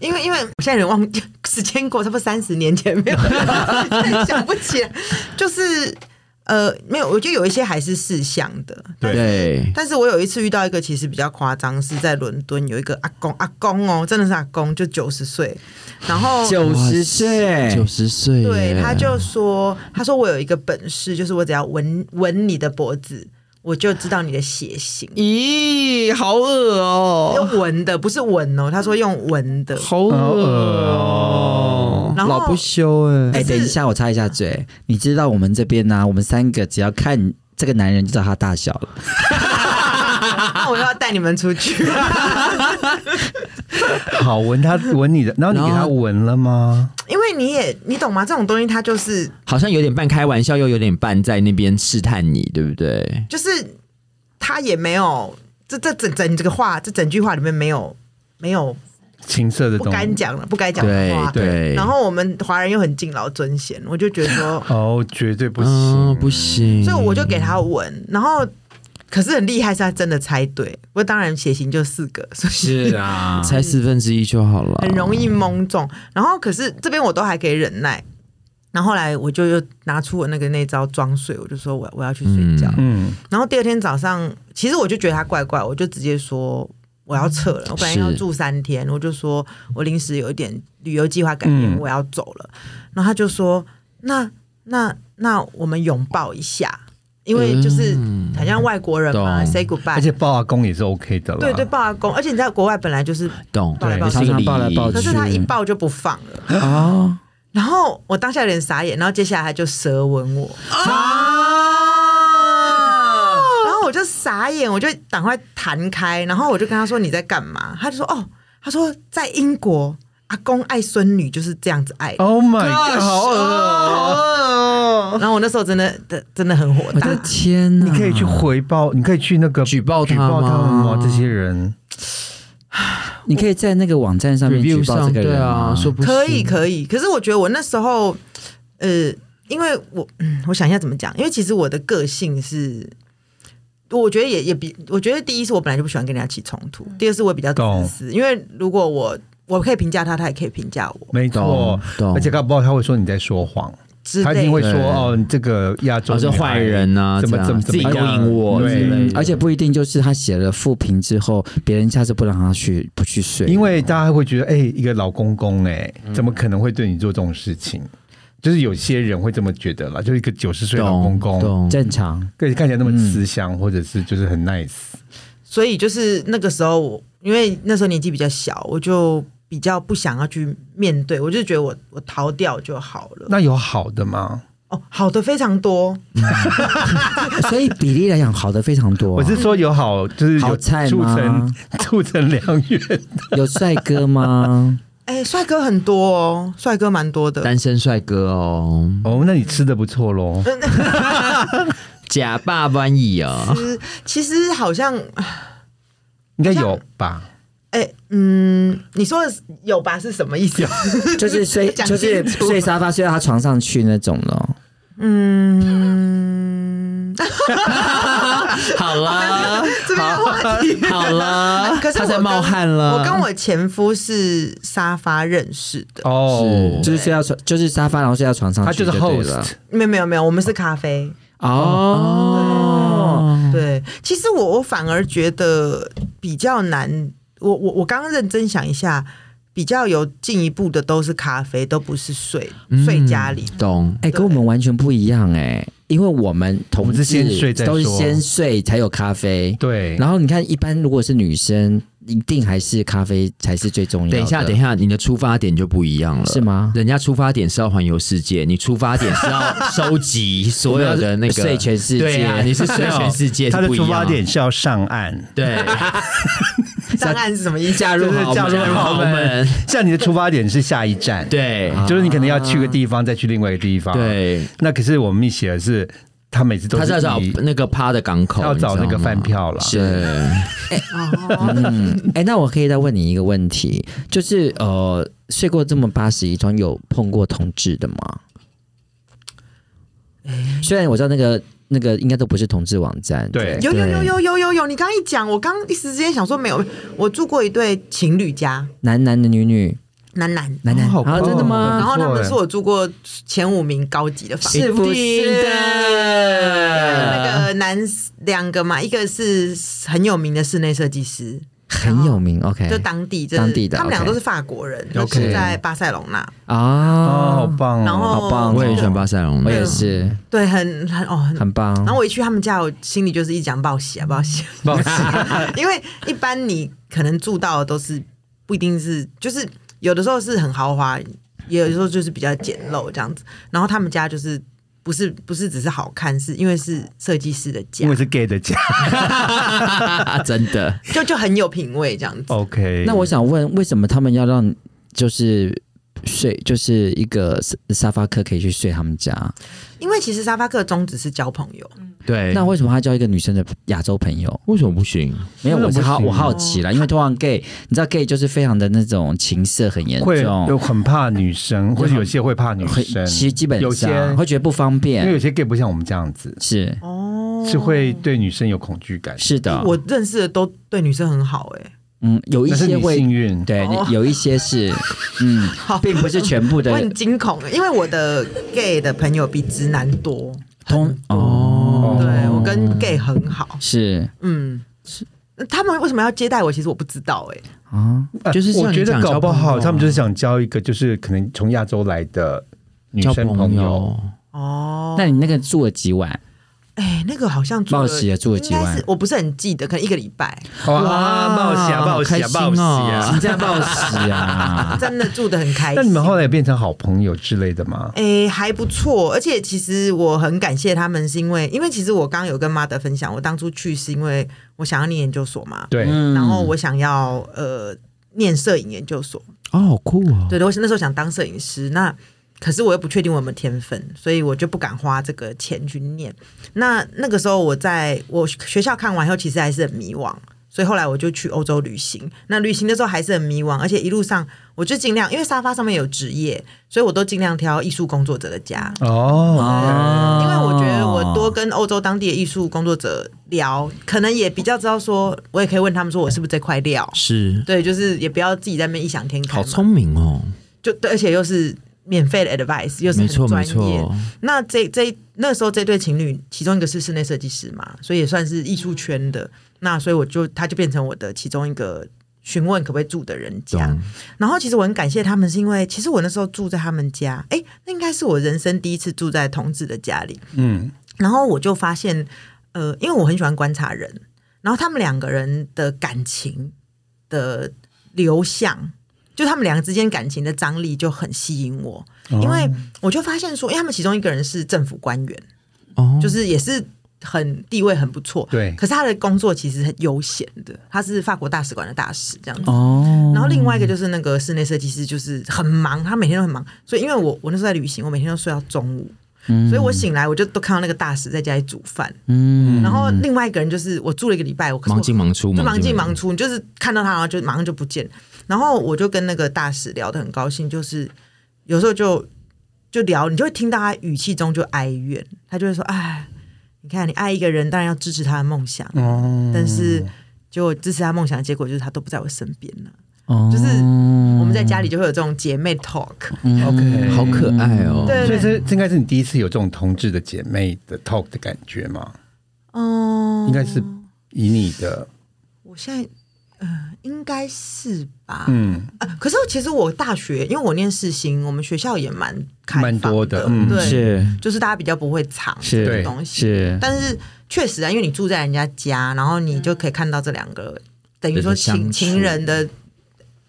Speaker 4: 因为因为我现在有点忘记 时间过，差不多三十年前没有， 现在想不起来。就是呃，没有，我觉得有一些还是事项的。
Speaker 1: 对
Speaker 2: 对，
Speaker 4: 但是我有一次遇到一个其实比较夸张，是在伦敦有一个阿公，阿公哦，真的是阿公，就九十岁，然后
Speaker 3: 九十岁，
Speaker 2: 九十岁耶，
Speaker 4: 对，他就说，他说我有一个本事，就是我只要闻闻你的脖子，我就知道你的血型。
Speaker 2: 咦，好恶哦，
Speaker 4: 用闻的，不是闻哦，他说用闻的。
Speaker 2: 好恶
Speaker 1: 好恶
Speaker 2: 哦，
Speaker 4: 然后
Speaker 2: 老不休哎，
Speaker 3: 哎，等一下，我插一下嘴。你知道我们这边呢、我们三个只要看这个男人就知道他大小了。
Speaker 4: 啊那我又要带你们出 去，
Speaker 1: 好闻他闻你的，然后你给
Speaker 2: 然
Speaker 1: 他
Speaker 2: 后
Speaker 1: 闻了吗？
Speaker 4: 因为你也你懂吗？这种东西它就是
Speaker 2: 好像有点半开玩笑，又有点半在那边试探你，对不对？
Speaker 4: 就是他也没有这这整整这个话这整句话里面没有没有
Speaker 1: 情色的
Speaker 4: 不
Speaker 1: 东
Speaker 4: 该
Speaker 1: 西。
Speaker 4: 讲了不该讲的
Speaker 2: 对
Speaker 4: 话。
Speaker 2: 对，
Speaker 4: 然后我们华人又很敬老尊贤，我就觉得说，
Speaker 1: 哦，绝对不行，
Speaker 2: 嗯不行，
Speaker 4: 所以我就给他闻，然后可是很厉害，是他真的猜对。不过当然血型就四个，所以
Speaker 3: 是啊，
Speaker 2: 才四分之一就好了，
Speaker 4: 很容易蒙中。然后可是这边我都还可以忍耐。然后后来我就又拿出我那个那招装睡，我就说我我要去睡觉。
Speaker 1: 嗯，
Speaker 4: 然后第二天早上，其实我就觉得他怪怪，我就直接说我要撤了。我本来要住三天，我就说我临时有一点旅游计划改变，
Speaker 1: 嗯
Speaker 4: 我要走了。然后他就说那那那我们拥抱一下，因为就是
Speaker 2: 嗯
Speaker 4: 好像外国人嘛
Speaker 2: 懂
Speaker 4: ，say
Speaker 1: 而
Speaker 4: goodbye。
Speaker 1: 且抱阿公也是 OK 的了。
Speaker 4: 对对，抱阿公，而且你在国外本来就是
Speaker 2: 懂，
Speaker 4: 抱来抱去
Speaker 2: 这个礼仪
Speaker 3: 常常抱来抱去
Speaker 4: 可是他一抱就不放了
Speaker 3: 哦，
Speaker 4: 然后我当下有点傻眼，然后接下来他就舌吻我，然后我就傻眼，我就赶快弹开，然后我就跟他说你在干嘛？他就说哦，他说在英国阿公爱孙女就是这样子爱的。
Speaker 1: ，Oh my god，好
Speaker 2: 啊
Speaker 1: 恶
Speaker 4: 哦，然后我那时候真的真真的很火
Speaker 2: 我
Speaker 4: 大
Speaker 2: 的，天哪！
Speaker 1: 你可以去回报，你可以去那个
Speaker 2: 举报
Speaker 1: 举
Speaker 2: 他
Speaker 1: 报他们吗
Speaker 2: 吗？
Speaker 1: 这些人
Speaker 3: 你可以在那个网站上面举
Speaker 2: review
Speaker 3: 报
Speaker 2: 上
Speaker 3: 这个
Speaker 2: 对
Speaker 3: 人
Speaker 2: 啊，
Speaker 3: 吗
Speaker 2: 说不
Speaker 4: 可以
Speaker 2: 行
Speaker 4: 可以，可是我觉得我那时候，呃，因为我嗯我想一下怎么讲，因为其实我的个性是，我觉得也也比我觉得第一是我本来就不喜欢跟人家起冲突，第二是我比较
Speaker 1: 懂
Speaker 4: 自私，因为如果我我可以评价他，他也可以评价我
Speaker 1: 没错
Speaker 2: 懂，懂
Speaker 1: 而且搞不好他会说你在说谎，
Speaker 4: 之
Speaker 1: 他一
Speaker 4: 类
Speaker 1: 定会
Speaker 4: 的。
Speaker 1: 说
Speaker 2: 对
Speaker 1: 哦，你这个亚洲
Speaker 2: 哦这
Speaker 1: 女孩
Speaker 2: 坏人啊
Speaker 1: 怎么
Speaker 2: 这样
Speaker 1: 怎么
Speaker 2: 自己
Speaker 1: 怎么样
Speaker 2: 勾引我之类
Speaker 1: 对
Speaker 2: 的，
Speaker 3: 而且不一定就是他写了复评之后，别人下次不让他去不去睡，
Speaker 1: 因为大家会觉得哎，一个老公公哎，
Speaker 2: 嗯
Speaker 1: 怎么可能会对你做这种事情？就是有些人会这么觉得啦，就是一个九十岁老公
Speaker 2: 懂
Speaker 1: 公，
Speaker 2: 懂，
Speaker 3: 正常。
Speaker 1: 对，看起来那么慈祥，或者是就是很 nice，
Speaker 4: 所以就是那个时候我，因为那时候年纪比较小，我就比较不想要去面对，我就觉得我我逃掉就好了。
Speaker 1: 那有好的吗？
Speaker 4: 哦，好的非常多，
Speaker 3: 所以比例来讲好的非常多、
Speaker 1: 我
Speaker 3: 啊
Speaker 1: 是说有好，就是有
Speaker 3: 好菜吗
Speaker 1: 促成促成良缘，
Speaker 3: 有帅哥吗？
Speaker 4: 哎，帅哥很多哦，帅哥蛮多的。
Speaker 2: 单身帅哥哦，
Speaker 1: 哦，那你吃的不错喽。
Speaker 2: 假爸弯椅哦，
Speaker 4: 其实其实好像，
Speaker 1: 应该有吧？
Speaker 4: 哎，嗯，你说的有吧是什么意思？
Speaker 3: 就是睡，
Speaker 4: 讲
Speaker 3: 就是
Speaker 4: 清楚
Speaker 3: 睡沙发睡到他床上去那种咯。
Speaker 4: 嗯，
Speaker 2: 好了，
Speaker 4: 这边有话题。
Speaker 2: 好了，
Speaker 4: 可是
Speaker 2: 啊他
Speaker 4: 我
Speaker 2: 在
Speaker 4: 跟
Speaker 2: 冒汗了，
Speaker 4: 我跟我前夫是沙发认识的，
Speaker 1: 哦，
Speaker 3: 就是睡到床，就是沙发，然后睡到床上
Speaker 1: 他就
Speaker 3: 去
Speaker 1: 是
Speaker 3: 对了
Speaker 1: host，
Speaker 4: 没有没有没有，我们是咖啡。
Speaker 2: 哦，
Speaker 4: 对，其实我我反而觉得比较难。我我我刚刚认真想一下，比较有进一步的都是咖啡，都不是睡
Speaker 2: 嗯
Speaker 4: 睡 家里。
Speaker 2: 懂
Speaker 3: 哎、跟我们完全不一样哎、因为我们
Speaker 1: 我
Speaker 3: 同
Speaker 1: 们是
Speaker 3: 志
Speaker 1: 先睡再
Speaker 3: 都是
Speaker 1: 说
Speaker 3: 先睡才有咖啡。
Speaker 1: 对，
Speaker 3: 然后你看，一般如果是女生，一定还是咖啡才是最重要的。
Speaker 2: 等一下，等一下，你的出发点就不一样了，
Speaker 3: 是吗
Speaker 2: 人家出发点是要环游世界，你出发点是要收集所有的那个
Speaker 3: 睡全世界
Speaker 2: 对啊，你是睡 全世界，
Speaker 1: 他的
Speaker 2: 是不一
Speaker 1: 出
Speaker 2: 样
Speaker 1: 发点是要上岸。
Speaker 2: 对，
Speaker 4: 上岸是什么意 思？
Speaker 2: 嫁
Speaker 1: 就
Speaker 2: 入
Speaker 1: 是
Speaker 2: 豪
Speaker 1: 嫁入
Speaker 2: 门，
Speaker 1: 豪门，像你的出发点是下一站，，
Speaker 2: 对
Speaker 1: 就是你可能要去个地方，再去另外一个地方。，
Speaker 2: 对，
Speaker 1: 那可是我们写的是，他每次都
Speaker 2: 他是要找
Speaker 1: 以
Speaker 2: 那个趴的港口，
Speaker 1: 要找那
Speaker 2: 你
Speaker 1: 个
Speaker 2: 知道吗
Speaker 1: 饭票了。
Speaker 2: 是
Speaker 3: 嗯，哎、那我可以再问你一个问题，就是呃，睡过这么八十一床，有碰过同志的吗？虽然我知道那个那个应该都不是同志网站，
Speaker 1: 对
Speaker 4: 有有有
Speaker 3: 对
Speaker 4: 有有有有，你刚刚一讲，我刚一时之间想说没有。我住过一对情侣家，
Speaker 3: 男男的女女，
Speaker 4: 男男，
Speaker 3: 男男，
Speaker 1: 哦好
Speaker 3: 啊
Speaker 1: 酷哦
Speaker 3: 真的吗？
Speaker 4: 然后他们
Speaker 1: 不错欸
Speaker 4: 是我住过前五名高级的房子。
Speaker 3: 是不是的？
Speaker 4: 那个男两个嘛，一个是很有名的室内设计师，
Speaker 3: 很有名，OK，
Speaker 4: 就当地，就是
Speaker 3: 哎当地的
Speaker 4: 他们两个
Speaker 3: OK
Speaker 4: 都是法国人，
Speaker 1: OK
Speaker 4: 都住在巴塞隆纳。
Speaker 1: 哦，
Speaker 3: 啊
Speaker 1: 好，棒哦！
Speaker 4: 然后
Speaker 3: 好棒哦
Speaker 2: 我也很喜欢巴塞隆
Speaker 3: 我
Speaker 2: 纳，
Speaker 3: 也是，
Speaker 4: 对，很很哦，很。
Speaker 3: 很棒。
Speaker 4: 然后我一去他们家，我心里就是一直讲报喜啊，报喜、啊，
Speaker 1: 不好意思
Speaker 4: 因为一般你可能住到的都是不一定是，就是有的时候是很豪华，也有的时候就是比较简陋这样子。然后他们家就是不是不是只是好看，是因为是设计师的家
Speaker 1: 因为，是 gay 的家
Speaker 2: 啊真的
Speaker 4: 就就很有品味这样子。
Speaker 1: ，OK。
Speaker 3: 那我想问，为什么他们要让就是睡，就是一个沙沙发客可以去睡他们家？
Speaker 4: 因为其实沙发客宗旨是交朋友，
Speaker 2: 对。
Speaker 3: 那为什么他交一个女生的亚洲朋友？
Speaker 2: 为什么不行？
Speaker 3: 没有，
Speaker 1: 真的
Speaker 3: 我是
Speaker 1: 嗯不
Speaker 3: 好
Speaker 1: 行啊
Speaker 3: 我好奇啦，因为通常 gay，你知道 gay 就是非常的那种情色很严
Speaker 1: 会
Speaker 3: 重，
Speaker 1: 有很怕女生，或者有些会怕女
Speaker 3: 会
Speaker 1: 生，
Speaker 3: 其实基本
Speaker 1: 有些，
Speaker 3: 上会觉得不方
Speaker 1: 因为有
Speaker 3: 便，
Speaker 1: 些 gay 不像我们这样子，
Speaker 3: 是
Speaker 4: 哦
Speaker 1: 是会对女生有恐惧感。
Speaker 3: 是的，
Speaker 4: 我认识的都对女生很好哎、
Speaker 3: 嗯有一
Speaker 1: 但是
Speaker 3: 些
Speaker 1: 你
Speaker 3: 会
Speaker 1: 幸运，
Speaker 3: 对
Speaker 4: 哦，
Speaker 3: 有一些 是，嗯，并不是全部
Speaker 4: 我
Speaker 3: 的
Speaker 4: 很惊恐，欸因为我的 gay 的朋友比直男多，
Speaker 3: 通哦，
Speaker 4: 对我跟 gay 很好，
Speaker 3: 是
Speaker 4: 嗯，是他们为什么要接待我？其实我不知道哎、
Speaker 3: 啊，
Speaker 1: 呃
Speaker 2: 就是像
Speaker 1: 我
Speaker 2: 你
Speaker 1: 觉得
Speaker 2: 讲
Speaker 1: 搞不
Speaker 2: 交朋友
Speaker 1: 好
Speaker 2: 啊
Speaker 1: 他们就是想交一个，就是可能从亚洲来的女
Speaker 2: 交
Speaker 1: 生
Speaker 2: 朋
Speaker 1: 友。
Speaker 2: 友，
Speaker 4: 哦，
Speaker 3: 那你那个住了几晚？
Speaker 4: 哎、那个好像住
Speaker 3: 报
Speaker 4: 了
Speaker 3: 喜也住了几
Speaker 4: 应该
Speaker 3: 晚
Speaker 4: 是？我不是很记得，可能一个礼拜，！
Speaker 1: 哇，报喜啊，报喜啊，
Speaker 2: 好开
Speaker 1: 报
Speaker 2: 心
Speaker 1: 喜
Speaker 2: 哦
Speaker 1: 啊！
Speaker 3: 请假报喜啊
Speaker 4: 真的住的很开心。啊
Speaker 1: 那你们后来变成好朋友之类的吗？
Speaker 4: 诶、还不错，而且其实我很感谢他们，是因为因为其实我刚有跟妈的分享，我当初去是因为我想要念研究所嘛，
Speaker 1: 对，
Speaker 3: 嗯
Speaker 4: 然后我想要呃念摄影研究所，
Speaker 2: 哦，好酷哦！
Speaker 4: 对的，我那时候想当摄影师，那可是我又不确定我有没有天分，所以我就不敢花这个钱去念。那那个时候我在我学校看完以后，其实还是很迷惘，所以后来我就去欧洲旅行。那旅行的时候还是很迷惘，而且一路上我就尽量，因为沙发上面有职业，所以我都尽量挑艺术工作者的家。
Speaker 1: 哦，
Speaker 4: 因为我觉得我多跟欧洲当地的艺术工作者聊，可能也比较知道说，我也可以问他们说我是不是这块料。
Speaker 2: 是
Speaker 4: 对，就是也不要自己在那边异想天开啊
Speaker 2: 好
Speaker 4: 嘛。
Speaker 2: 聪明哦，
Speaker 4: 就对，而且又是免费的 advice，又是
Speaker 2: 没
Speaker 4: 很
Speaker 2: 错没
Speaker 4: 专业。
Speaker 2: 错，
Speaker 4: 那这这那时候这对情侣，其中一个是室内设计师嘛，所以也算是艺术圈
Speaker 2: 嗯
Speaker 4: 的。那所以我就他就变成我的其中一个询问可不可以住的人家
Speaker 2: 懂。
Speaker 4: 然后其实我很感谢他们，是因为其实我那时候住在他们家，诶，那应该是我人生第一次住在同志的家里。
Speaker 1: 嗯，
Speaker 4: 然后我就发现，呃，因为我很喜欢观察人，然后他们两个人的感情的流向，就他们两个之间感情的张力就很吸引我，因为我就发现说，因为他们其中一个人是政府官员，
Speaker 2: 哦
Speaker 4: 就是也是很地位很不错，
Speaker 1: 对
Speaker 4: 可是他的工作其实很悠闲的，他是法国大使馆的大使这样子。
Speaker 3: 哦，
Speaker 4: 然后另外一个就是那个室内设计师，就是很忙，他每天都很忙，所以因为我我那时候在旅行，我每天都睡到中午，所以我醒来我就都看到那个大使在家里煮饭，
Speaker 3: 嗯，
Speaker 4: 然后另外一个人就是我住了一个礼拜，我可是我
Speaker 2: 忙进忙出，
Speaker 4: 就忙进忙
Speaker 2: 出。
Speaker 4: 出，你就是看到他，然后就马上就不见。然后我就跟那个大使聊得很高兴，就是有时候就就聊，你就会听到他语气中就哀怨，他就会说：“哎，你看你爱一个人，当然要支持他的梦想，
Speaker 1: 哦，
Speaker 4: 但是就支持他梦想的结果就是他都不在我身边了。”
Speaker 1: 哦
Speaker 3: 就
Speaker 4: 就是我们在家里就会有这种姐妹 talk，
Speaker 1: OK
Speaker 2: 好可爱哦！
Speaker 4: 对
Speaker 1: 哦所以这这应该是你第一次有这种同志的姐妹的 talk 的感觉吗？
Speaker 4: 嗯，
Speaker 1: 应该是以你的，
Speaker 4: 我现在呃应该是吧，
Speaker 1: 嗯，
Speaker 4: 啊可是其实我大学，因为我念世新，我们学校也蛮开放
Speaker 1: 蛮多的
Speaker 4: 的，
Speaker 1: 嗯
Speaker 4: 对，
Speaker 3: 是
Speaker 4: 就是大家比较不会藏
Speaker 3: 是
Speaker 4: 这个东西。
Speaker 3: 是
Speaker 4: 但是确实啊，因为你住在人家家，然后你就可以看到这两个，等于说
Speaker 2: 就是相
Speaker 4: 情
Speaker 2: 处
Speaker 4: 情人的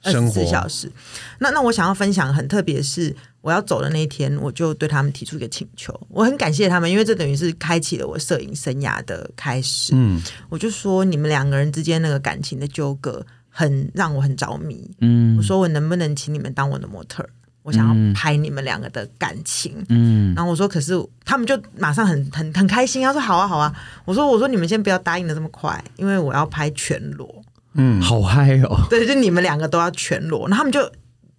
Speaker 4: 二
Speaker 1: 生
Speaker 4: 十
Speaker 1: 活
Speaker 4: 四小时。那那我想要分享很特别是，我要走的那一天，我就对他们提出一个请求，我很感谢他们，因为这等于是开启了我摄影生涯的开始。
Speaker 1: 嗯，
Speaker 4: 我就说你们两个人之间那个感情的纠葛，很让我很着迷。
Speaker 3: 嗯
Speaker 4: 我说我能不能请你们当我的模特儿？我想
Speaker 3: 嗯
Speaker 4: 要拍你们两个的感情。
Speaker 3: 嗯
Speaker 4: 然后我说，可是他们就马上很很很开心啊，他说好啊好啊。我说我说你们先不要答应的这么快，因为我要拍全裸，
Speaker 2: 好嗨 哦！
Speaker 4: 对，就你们两个都要全裸。然后他们就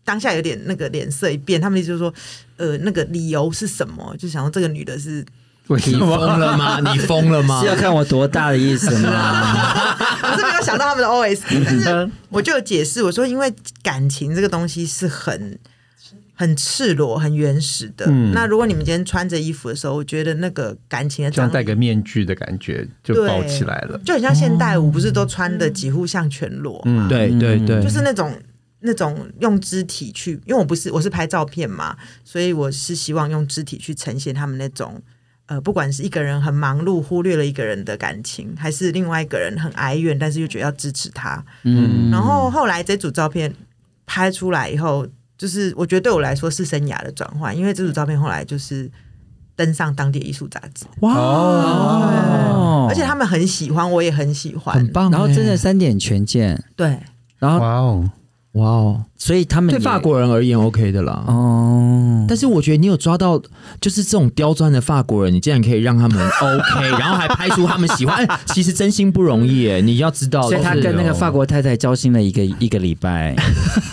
Speaker 4: 当下有点那个脸色一变，他们就说，呃，那个理由是什么？就想说这个女的是，
Speaker 1: 为
Speaker 2: 你
Speaker 1: 什
Speaker 2: 疯
Speaker 1: 么？
Speaker 2: 了吗？你疯了吗
Speaker 3: 是？啊要看我多大的意思 吗？
Speaker 4: 我是没有想到他 们的 OS，但
Speaker 1: 嗯
Speaker 4: 是我就有解释，我说因为感情这个东西是很。很赤裸、很原始的。
Speaker 1: 嗯
Speaker 4: 那如果你们今天穿着衣服的时候，我觉得那个感情的张
Speaker 1: 像
Speaker 4: 力
Speaker 1: 戴个面具的感觉就
Speaker 4: 对
Speaker 1: 包起来了。
Speaker 4: 就很像现代舞，
Speaker 1: 嗯
Speaker 4: 不是都穿的几乎像全裸
Speaker 2: 嗯
Speaker 4: 嘛？
Speaker 2: 对对对，
Speaker 4: 嗯就是那种那种用肢体去，因为我不是我是拍照片嘛，所以我是希望用肢体去呈现他们那种呃，不管是一个人很忙碌，忽略了一个人的感情，还是另外一个人很哀怨，但是又觉得要支持他。
Speaker 3: 嗯，
Speaker 4: 然后后来这组照片拍出来以后，就是我觉得对我来说是生涯的转换，因为这组照片后来就是登上当地艺术杂志，
Speaker 3: 哦
Speaker 4: 而且他们很喜欢，我也很喜欢，
Speaker 2: 很棒欸。
Speaker 3: 然后真的三点全见，
Speaker 4: 对。
Speaker 3: 然后
Speaker 1: 哇哦，
Speaker 2: 哇哦，
Speaker 3: 所以他们
Speaker 2: 对
Speaker 3: 也
Speaker 2: 法国人而言 OK 的啦。
Speaker 3: 哦，
Speaker 2: 但是我觉得你有抓到，就是这种刁钻的法国人，你竟然可以让他们 OK，然后还拍出他们喜欢，哎其实真心不容易耶。你要知道，
Speaker 3: 所以他
Speaker 2: 就是
Speaker 3: 跟那个法国太太交心了一个一个礼 拜，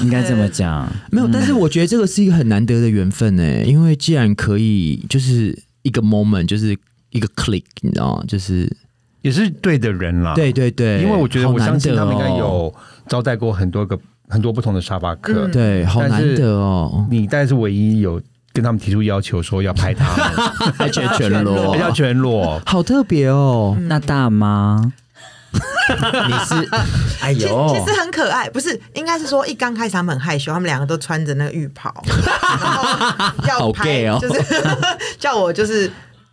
Speaker 3: 应该这么讲。
Speaker 2: 没有，
Speaker 1: 嗯
Speaker 2: 但是我觉得这个是一个很难得的缘分诶，因为既然可以，就是一个 moment，就是一个 click，你知道吗？就是
Speaker 1: 也是对的人啦。
Speaker 2: 对对对，
Speaker 1: 啊因为我觉得
Speaker 2: 好
Speaker 1: 我相信他
Speaker 2: 难得
Speaker 1: 们应该
Speaker 2: 哦，
Speaker 1: 有招待过很多个很多不同的沙发客。
Speaker 4: 嗯
Speaker 2: 对，好难得哦，
Speaker 1: 你大概是唯一有跟他们提出要求说要拍他们，
Speaker 2: 而且 全
Speaker 1: 而
Speaker 2: 裸
Speaker 1: 且，要全裸。
Speaker 2: 好特别哦。
Speaker 3: 那大妈，
Speaker 2: 你是
Speaker 3: 哎
Speaker 4: 其
Speaker 3: 呦，
Speaker 4: 其实很可爱，不是，应该是说一刚开始他们很害羞，他们两个都穿着那个浴袍，然后要
Speaker 2: 好
Speaker 4: 拍
Speaker 2: gay 哦
Speaker 4: 就是 叫我就是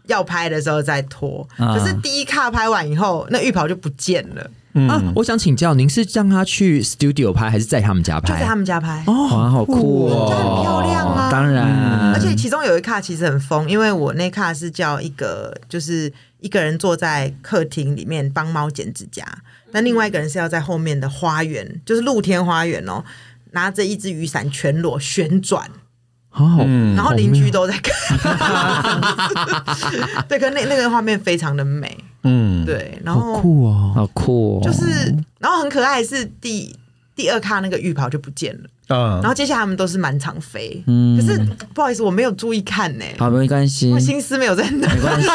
Speaker 4: 要拍的时候再脱。
Speaker 3: 啊
Speaker 4: 可是第一卡拍完以后，那浴袍就不见了，
Speaker 2: 啊，我想请教您是让他去 studio 拍，还是在他们家
Speaker 4: 就
Speaker 2: 拍？
Speaker 4: 在他们家拍。
Speaker 3: 哇，嗯好酷哦，
Speaker 4: 这很漂亮啊
Speaker 3: 当然，
Speaker 4: 而且其中有一卡其实很疯，因为我那卡是叫一个就是一个人坐在客厅里面帮猫剪指甲，但另外一个人是要在后面的花园，就是露天花园哦，拿着一只雨伞全裸旋转。
Speaker 2: 好
Speaker 1: 嗯
Speaker 2: 好，
Speaker 3: 嗯
Speaker 4: 然后邻居都在看，
Speaker 3: 哦
Speaker 4: 对，可那那个画面非常的美，
Speaker 1: 嗯，
Speaker 4: 对，然
Speaker 2: 好
Speaker 4: 后
Speaker 2: 酷哦，
Speaker 3: 好酷哦，
Speaker 4: 就是，然后很可爱的是第第二卡那个浴袍就不见了，
Speaker 1: 嗯
Speaker 4: 然后接下来他们都是满场飞，
Speaker 3: 嗯
Speaker 4: 可是不好意思，我没有注意看呢，
Speaker 3: 好没关系
Speaker 4: 我，心思没有在那，
Speaker 3: 没关系，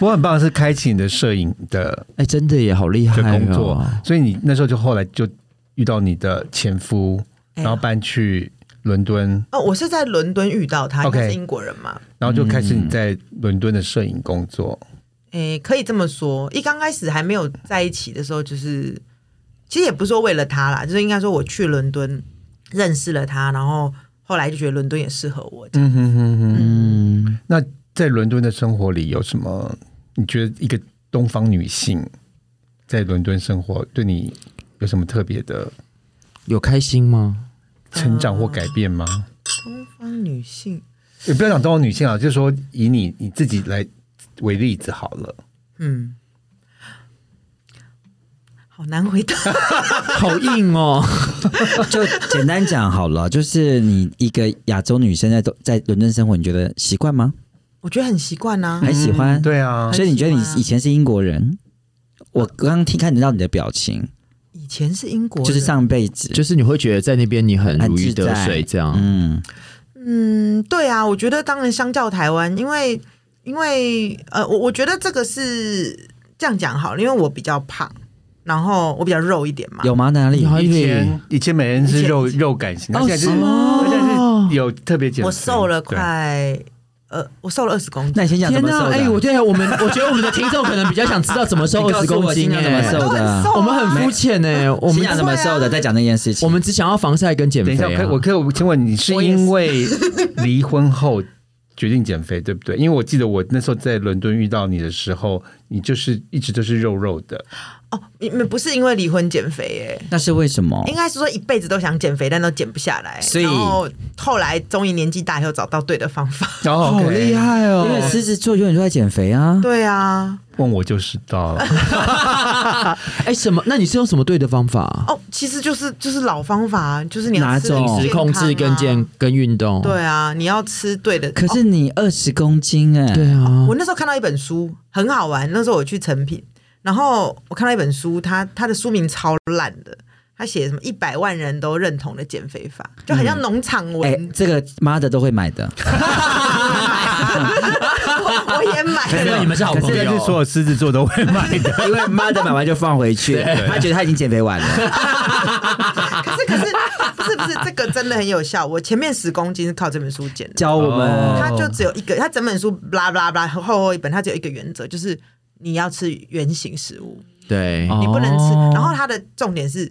Speaker 1: 我很棒的是开启你的摄影的
Speaker 2: 哎，真的也好厉害
Speaker 1: 的
Speaker 2: 哦
Speaker 1: 工作，所以你那时候就后来就遇到你的前夫，
Speaker 4: 哎
Speaker 1: 然后搬去伦敦，
Speaker 4: 哦，我是在伦敦遇到他，因
Speaker 1: OK
Speaker 4: 为他是英国人嘛，
Speaker 1: 然后就开始你在伦敦的摄影工作。
Speaker 4: 诶，可以这么说，一刚开始还没有在一起的时候，就是其实也不是说为了他啦，就是应该说我去伦敦认识了他，然后后来就觉得伦敦也适合我，这
Speaker 1: 嗯
Speaker 4: 样
Speaker 1: 哼哼哼，
Speaker 3: 嗯，
Speaker 1: 那在伦敦的生活里有什么？你觉得一个东方女性在伦敦生活对你有什么特别的
Speaker 2: 有开心 吗？
Speaker 1: 成长或改变吗？
Speaker 4: 东方女性，
Speaker 1: 也不要讲东方女性啊，就是说以你你自己来为例子好了。
Speaker 4: 嗯，好难回答。
Speaker 2: 好硬哦，
Speaker 3: 就简单讲好 了，就是你一个亚洲女生在都在伦敦生活，你觉得习惯吗？
Speaker 4: 我觉得很习惯呐，
Speaker 3: 很喜欢，
Speaker 1: 嗯对啊，
Speaker 3: 所以你觉得你
Speaker 4: 很喜欢啊
Speaker 3: 以前是英国人？我刚刚听看得到你的表情，
Speaker 4: 以前是英国人，
Speaker 3: 就是上辈子，
Speaker 2: 就是你会觉得在那边你很
Speaker 3: 很
Speaker 2: 如鱼
Speaker 3: 自
Speaker 2: 得
Speaker 3: 在
Speaker 2: 水这样。
Speaker 3: 嗯，
Speaker 4: 嗯，对啊，我觉得当然相较台湾，因为因为呃，我我觉得这个是这样讲好了，因为我比较胖，然后我比较肉一点嘛，
Speaker 3: 有吗？哪里？
Speaker 2: 有
Speaker 1: 以前以前美人是肉
Speaker 4: 以前
Speaker 1: 肉感型，他现在是
Speaker 3: 是
Speaker 1: 他现在是有特别减肥，
Speaker 4: 我瘦了
Speaker 1: 对
Speaker 4: 快呃，我瘦了二十公斤
Speaker 3: 那，你先讲怎
Speaker 2: 天
Speaker 3: 么瘦的？啊
Speaker 2: 哎、我对我们，我觉得我们的听众可能比较想知道怎么瘦
Speaker 3: 你告
Speaker 2: 二
Speaker 3: 诉
Speaker 2: 十
Speaker 3: 我
Speaker 2: 公斤、
Speaker 3: 新娘怎么
Speaker 2: 哎
Speaker 3: 瘦
Speaker 4: 都很
Speaker 3: 的
Speaker 4: 瘦啊
Speaker 2: 我们很肤浅呢，我
Speaker 3: 先
Speaker 2: 们
Speaker 3: 讲怎么瘦的，再讲那件事情。
Speaker 2: 我们只想要防晒跟减
Speaker 1: 等一
Speaker 2: 肥、
Speaker 1: 下，
Speaker 2: 啊。
Speaker 1: 可我可以我请问你是
Speaker 4: 我也是
Speaker 1: 因为离婚后决定减肥，对不对？因为我记得我那时候在伦敦遇到你的时候，你就是一直都是肉肉的，
Speaker 4: 哦，你们不是因为离婚减肥耶、
Speaker 3: 那是为什么？
Speaker 4: 应该是说一辈子都想减肥，但都减不下来。
Speaker 3: 所以
Speaker 4: 然后后来终于年纪大以后找到对的方 法。
Speaker 1: 然后
Speaker 2: 好厉！害
Speaker 3: 哦因为
Speaker 2: 哦！
Speaker 3: 狮子座永远都在减肥啊。
Speaker 4: 对啊，
Speaker 1: 问我就知道了。
Speaker 2: 哎、什么？那你是用什么对的方法？啊
Speaker 4: 哦，其实就是就是老方法，就是你
Speaker 3: 哪
Speaker 4: 要吃
Speaker 3: 种
Speaker 4: 健
Speaker 2: 饮食
Speaker 4: 康
Speaker 2: 控制跟健
Speaker 4: 啊。
Speaker 2: 跟运动。
Speaker 4: 对啊，你要吃对的。
Speaker 3: 可
Speaker 4: 哦
Speaker 3: 是你二十公斤哎、
Speaker 2: 对啊
Speaker 4: 我，那时候看到一本书很好玩，那时候我去成品，然后我看到一本书，它它的书名超烂的，它写什么一百万人都认同的减肥法，就很像农场
Speaker 3: 哎、
Speaker 4: 文。
Speaker 3: 这个妈的都会买的，
Speaker 4: 我我也买
Speaker 2: 哎 没有
Speaker 4: 了
Speaker 2: 你。们是好
Speaker 1: 可
Speaker 2: 朋
Speaker 1: 是
Speaker 2: 友
Speaker 1: 是所有狮子座都会卖的，
Speaker 3: 因为妈的买完就放回去，她觉得她已经减肥完了。
Speaker 4: 可是可是不是不是这个真的很有效，我前面十公斤是靠这本书减的，
Speaker 3: 教我们，
Speaker 1: 哦
Speaker 4: 它就只有一个，它整本书啦啦啦厚厚一本，它只有一个原则，就是你要吃原形食物，
Speaker 2: 对，
Speaker 3: 哦
Speaker 4: 你不能吃。然后它的重点是。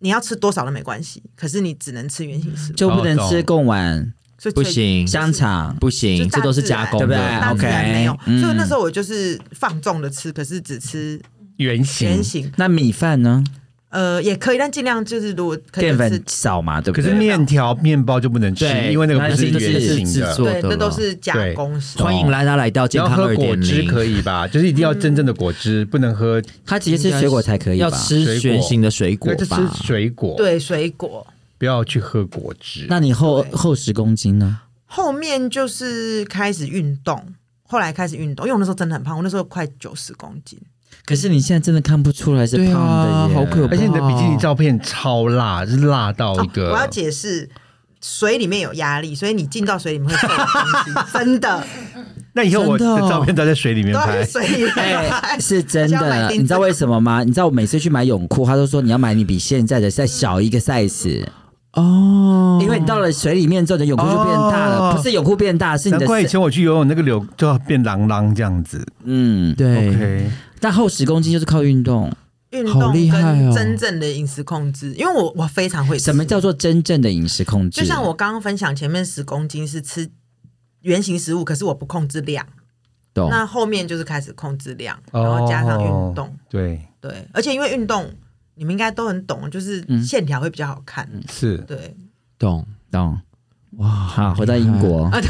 Speaker 4: 你要吃多少都没关系，可是你只能吃原形食物，
Speaker 3: 就不能吃贡丸、
Speaker 4: 所以
Speaker 2: 不行，
Speaker 3: 香肠。
Speaker 2: 不
Speaker 4: 就
Speaker 2: 行，
Speaker 4: 大
Speaker 2: 这都是加工的，
Speaker 3: 自然
Speaker 4: 大自然没有
Speaker 3: OK，嗯
Speaker 4: 所以那时候我就是放纵的吃，可是只吃
Speaker 1: 圆形
Speaker 4: 原。形，
Speaker 3: 那米饭呢？
Speaker 4: 呃，也可以，但尽量就是如果可以
Speaker 3: 淀
Speaker 4: 吃
Speaker 3: 粉少嘛，对不
Speaker 1: 可
Speaker 3: 对？
Speaker 1: 是面条、面包就不能吃，
Speaker 2: 对，
Speaker 1: 因为那个不是
Speaker 2: 那
Speaker 1: 圆
Speaker 2: 是
Speaker 1: 形
Speaker 2: 制
Speaker 1: 的。
Speaker 2: 作
Speaker 4: 对
Speaker 2: 的，，
Speaker 4: 那都是加工食物。
Speaker 2: 欢迎来他来到健
Speaker 1: 然后
Speaker 2: 康
Speaker 1: 喝
Speaker 2: 二
Speaker 1: 果
Speaker 2: 点
Speaker 1: 汁
Speaker 2: 零。
Speaker 1: 可以吧？就是一定要真正的果汁，不能喝，
Speaker 3: 她直接吃水果才可以
Speaker 2: 要
Speaker 3: 吧？
Speaker 2: 吃
Speaker 1: 水
Speaker 2: 圆
Speaker 1: 果
Speaker 2: 形的水果
Speaker 1: 那就吃
Speaker 2: 吧？
Speaker 1: 水果，，
Speaker 4: 对水果，
Speaker 1: 不要去喝果汁。
Speaker 3: 那你后后十公斤呢？
Speaker 4: 后面就是开始运动，后来开始运动，因为我那时候真的很胖，我那时候快九十公斤，
Speaker 3: 可是你现在真的看不出来是
Speaker 2: 对
Speaker 3: 胖
Speaker 2: 啊
Speaker 3: 的耶，
Speaker 2: 好可怕
Speaker 1: 而且你的比基尼照片超辣，是辣到一个。
Speaker 4: 哦我要解释。水里面有压力，所以你进到水里面会瘦东西，真 的
Speaker 1: 那以后我的
Speaker 2: 真的哦
Speaker 1: 照片都在水里面
Speaker 4: 都要
Speaker 1: 拍
Speaker 4: 去，水里面
Speaker 3: 哎
Speaker 4: 拍。
Speaker 3: 是真
Speaker 4: 而且要买
Speaker 3: 的，
Speaker 4: 钉子
Speaker 3: 你知道为什么吗？你知道我每次去买泳裤，他都说你要买你比现在的再小一个 size，
Speaker 2: 哦，
Speaker 3: 因为你到了水里面之后，你的泳裤就变大了，
Speaker 1: 哦
Speaker 3: 不是泳裤变大，是你
Speaker 1: 难
Speaker 3: 的
Speaker 1: 怪以
Speaker 3: 身
Speaker 1: 前我去游泳，那个柳就要变狼狼这样子。
Speaker 3: 嗯。
Speaker 2: 对，
Speaker 1: OK，
Speaker 3: 但后十公斤就是靠运动。
Speaker 4: 运
Speaker 2: 好
Speaker 4: 动
Speaker 2: 厉害哦
Speaker 4: 跟真正的饮食控制，因为我我非常会吃
Speaker 3: 什么叫做真正的饮食控制？
Speaker 4: 就像我刚刚分享，前面十公斤是吃原形食物，可是我不控制量，
Speaker 3: 懂，
Speaker 4: 那后面就是开始控制量，
Speaker 1: 哦
Speaker 4: 然后加上运
Speaker 3: 哦
Speaker 4: 动，
Speaker 1: 对，
Speaker 4: 对，而且因为运动，你们应该都很懂，就是
Speaker 3: 嗯
Speaker 4: 线条会比较好看，
Speaker 1: 是
Speaker 4: 对，
Speaker 2: 懂。
Speaker 3: 懂。哇，好，回到英 国，
Speaker 2: 啊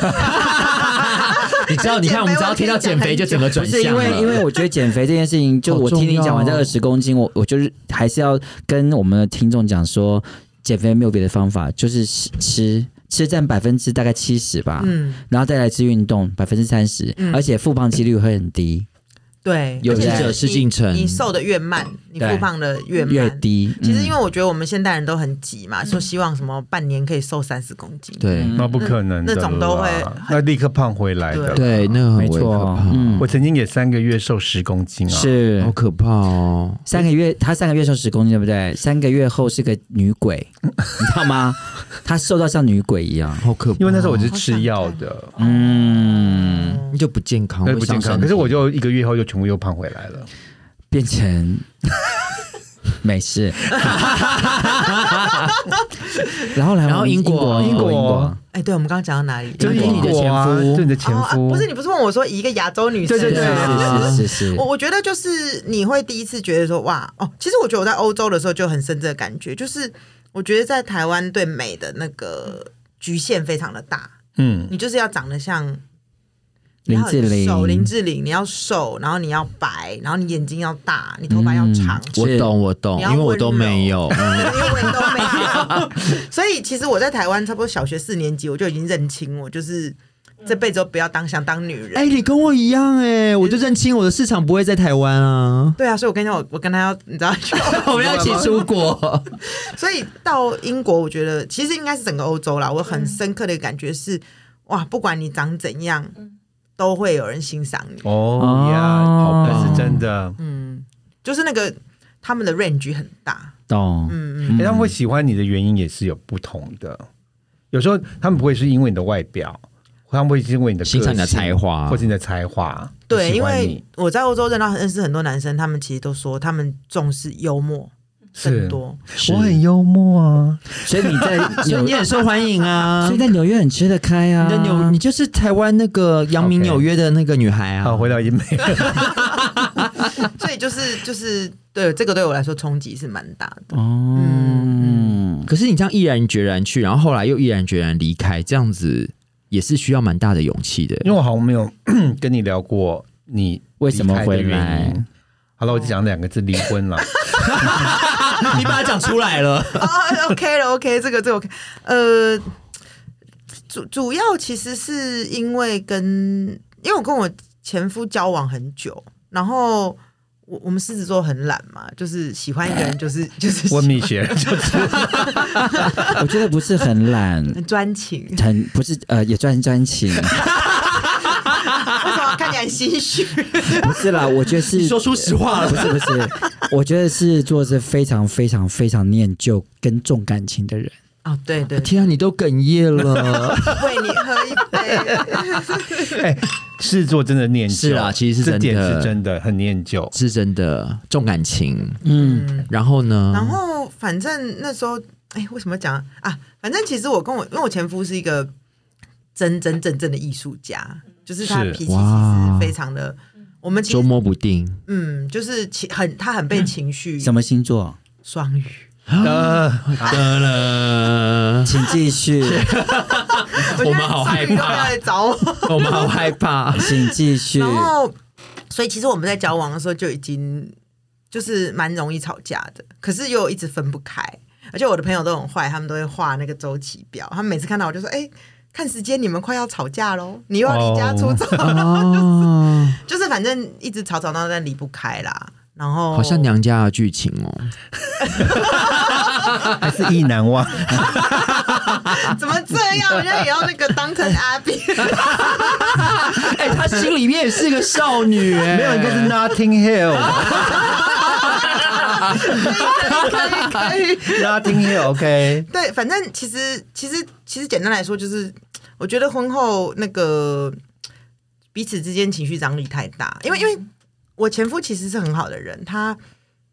Speaker 2: 你知道，你看，我们只要听到减肥就整个
Speaker 3: 不
Speaker 2: 转
Speaker 3: 是因
Speaker 2: 向
Speaker 3: 为因
Speaker 2: 了。
Speaker 3: 为我觉得减肥这件事情，就
Speaker 2: 好
Speaker 3: 我听
Speaker 2: 重
Speaker 3: 你
Speaker 2: 要
Speaker 3: 讲完这
Speaker 2: 哦
Speaker 3: 二十公斤，我我就是还是要跟我们的听众讲说，减肥没有别的方法，就是吃吃吃占百分之大概七十
Speaker 1: 啊
Speaker 3: 吧，
Speaker 4: 嗯，
Speaker 3: 然后再来吃运动百分之三十，
Speaker 4: 嗯
Speaker 3: 而且复胖几率会很低，
Speaker 4: 对，
Speaker 2: 有
Speaker 4: 而且
Speaker 3: 志
Speaker 2: 者
Speaker 4: 你
Speaker 2: 事竟成
Speaker 4: 你瘦的越慢，你
Speaker 3: 对
Speaker 4: 复胖的越慢。
Speaker 3: 越低。
Speaker 4: 其
Speaker 1: 嗯
Speaker 4: 实因
Speaker 3: 为
Speaker 4: 为我觉得我们现代人都很急嘛，说希望什么半年可以瘦三十公斤，
Speaker 2: 对
Speaker 1: 那不可能的
Speaker 4: 那种都会
Speaker 1: 啦那立刻胖回来的。
Speaker 4: 对
Speaker 2: 对，那个很
Speaker 3: 嗯
Speaker 2: 危
Speaker 3: 没
Speaker 2: 可
Speaker 3: 错
Speaker 2: 怕，，
Speaker 1: 我曾经也三个月瘦十公斤啊，
Speaker 3: 是
Speaker 2: 嗯好可怕哦！
Speaker 3: 三个月，她三个月瘦十公斤，对不对？三个月后是个女鬼，你知 道吗？她瘦到像女鬼一样。
Speaker 2: 好可怕，
Speaker 1: 因为那时候我是吃药的，
Speaker 3: 嗯，
Speaker 2: 就不健康，
Speaker 1: 那不健康。可是我就一个月后就全部又胖回来了。
Speaker 3: 变成没事。然后来，
Speaker 2: 然后英国
Speaker 3: 英国，
Speaker 1: 英国
Speaker 3: 英国，
Speaker 4: 哎，对，我们刚刚讲到哪里？
Speaker 1: 就是
Speaker 3: 英国
Speaker 1: 英国啊，就你的前
Speaker 4: 哦啊
Speaker 1: 夫，
Speaker 4: 不是你不是问我说以一个亚洲女生，
Speaker 1: 对对
Speaker 3: 是是是是
Speaker 4: 我，我觉得就是你会第一次觉得说哇哦，其实我觉得我在欧洲的时候就很深这个感觉，就是。我觉得在台湾对美的那个局限非常的大，
Speaker 1: 嗯，
Speaker 4: 你就是要长得像你
Speaker 3: 林
Speaker 4: 要
Speaker 3: 志
Speaker 4: 很
Speaker 3: 玲，
Speaker 4: 瘦林志玲，你要瘦，然后你要白，然后你眼睛要大，你头发要长。
Speaker 2: 嗯我
Speaker 3: 是
Speaker 2: 懂，我懂，
Speaker 4: 你
Speaker 2: 因
Speaker 4: 要
Speaker 2: 为我都没有。嗯
Speaker 4: 因为都没有，所以其实我在台湾差不多小学四年级，我就已经认清我就是这辈子都不要当想当女 人。
Speaker 2: 哎、你跟我一样哎、我就认清我的市场不会在台湾啊，
Speaker 4: 对啊，所以我跟你讲，我我跟他要，你知道，
Speaker 2: 我们要一起出国。
Speaker 4: 所以到英国，我觉得其实应该是整个欧洲啦。我很深刻的感觉是，哇，不管你长怎样，都会有人欣赏你。
Speaker 1: 哦呀，
Speaker 3: 哦
Speaker 1: 好棒，是真的。
Speaker 4: 嗯，就是那个他们的 range 很大。
Speaker 3: 懂，
Speaker 4: 嗯嗯，
Speaker 1: 欸他们会喜欢你的原因也是有不同的。有时候他们不会是因为你的外表，他们会是因为你的个性
Speaker 2: 欣赏你的才华
Speaker 1: 或者你的才华。
Speaker 4: 对，
Speaker 1: 喜
Speaker 4: 因
Speaker 1: 欢你
Speaker 4: 为我在欧洲认到认识很多男生，他们其实都说他们重视幽默更
Speaker 1: 是
Speaker 4: 多。
Speaker 1: 我很幽默啊，
Speaker 3: 所以你在
Speaker 2: 所以
Speaker 3: 纽
Speaker 2: 你，很受欢迎啊
Speaker 3: 所以。在纽约很吃得开啊。
Speaker 2: 你的纽，你就是台湾那个扬名
Speaker 1: OK
Speaker 2: 纽约的那个女孩啊。
Speaker 1: 好，回到英美，
Speaker 4: 所以就是就是对这个对我来说冲击是蛮大 的。
Speaker 3: 哦，嗯，
Speaker 2: 可是你这样毅然决然去，然后后来又毅然决然离开，这样子也是需要蛮大的勇气 的。
Speaker 1: 因为我好像没有 跟你聊过你
Speaker 3: 为什么回
Speaker 1: 离开的
Speaker 3: 来
Speaker 1: 原因。好了，我就讲两个字：离婚 了。
Speaker 2: 你把它讲出来了，
Speaker 4: 哦，OK 了，OK，这个这个 OK，呃，主主要其实是因为跟，因为我跟我前夫交往很久，然后我我们狮子座很懒嘛，就是喜欢一个人就是就是
Speaker 1: 问蜜雪，
Speaker 3: 我觉得不是很懒，
Speaker 4: 很 专情，为
Speaker 3: 很不是呃，也专专情，
Speaker 4: 什么看起来很 心虚？
Speaker 3: 不是啦，我觉得是
Speaker 2: 你说出实话
Speaker 3: 不
Speaker 2: 了。
Speaker 3: 是不是，我觉得是做是非常非常非常念旧跟重感情的人。
Speaker 4: 哦，对对，
Speaker 2: 天啊，你都哽咽了。
Speaker 4: 为你喝一杯，
Speaker 1: 哎，狮子座真的念旧，
Speaker 2: 是啊其实是
Speaker 1: 这
Speaker 2: 真
Speaker 1: 点
Speaker 2: 的
Speaker 1: 是真的很念旧。
Speaker 2: 是真的重感情。
Speaker 3: 嗯，
Speaker 2: 然后呢？
Speaker 4: 然后反正那时候，哎，为什么讲啊？反正其实我跟我，因为我前夫是一个真真正正的艺术家，就是他
Speaker 1: 是
Speaker 4: 脾气其实
Speaker 2: 哇
Speaker 4: 非常的。我们其
Speaker 2: 捉
Speaker 4: 实
Speaker 2: 摸不定，
Speaker 4: 嗯，就是情很他很被情绪
Speaker 3: 嗯什么星座？
Speaker 4: 双语，
Speaker 1: 呃，
Speaker 2: 得了，
Speaker 3: 请继续，
Speaker 4: 觉得
Speaker 2: 我们好害怕
Speaker 4: 双鱼都不要来找我。
Speaker 2: 我们好害 怕。
Speaker 3: 请继续。
Speaker 4: 然后，所以其实我们在交往的时候就已经就是蛮容易吵架的，可是又一直分不开。而且我的朋友都很坏，他们都会画那个周期表，他们每次看到我就说：“哎、看时间，你们快要吵架喽，你又要离家出走。
Speaker 2: 哦，
Speaker 4: 就是反正一直吵吵闹闹，但离不开啦。然后
Speaker 2: 好像娘家的剧情哦。啊
Speaker 1: 还哎是意难忘。
Speaker 4: 怎么这样，人家也要那个当成阿比。
Speaker 2: 哎，她心里面也是个少女，哎
Speaker 1: 没有，应该是 Nothing Hill。Nothing Hill，OK。
Speaker 4: 对，反正其实其实其实简单来说，就是我觉得婚后那个彼此之间情绪张力太大，因为因为我前夫其实是很好的人，他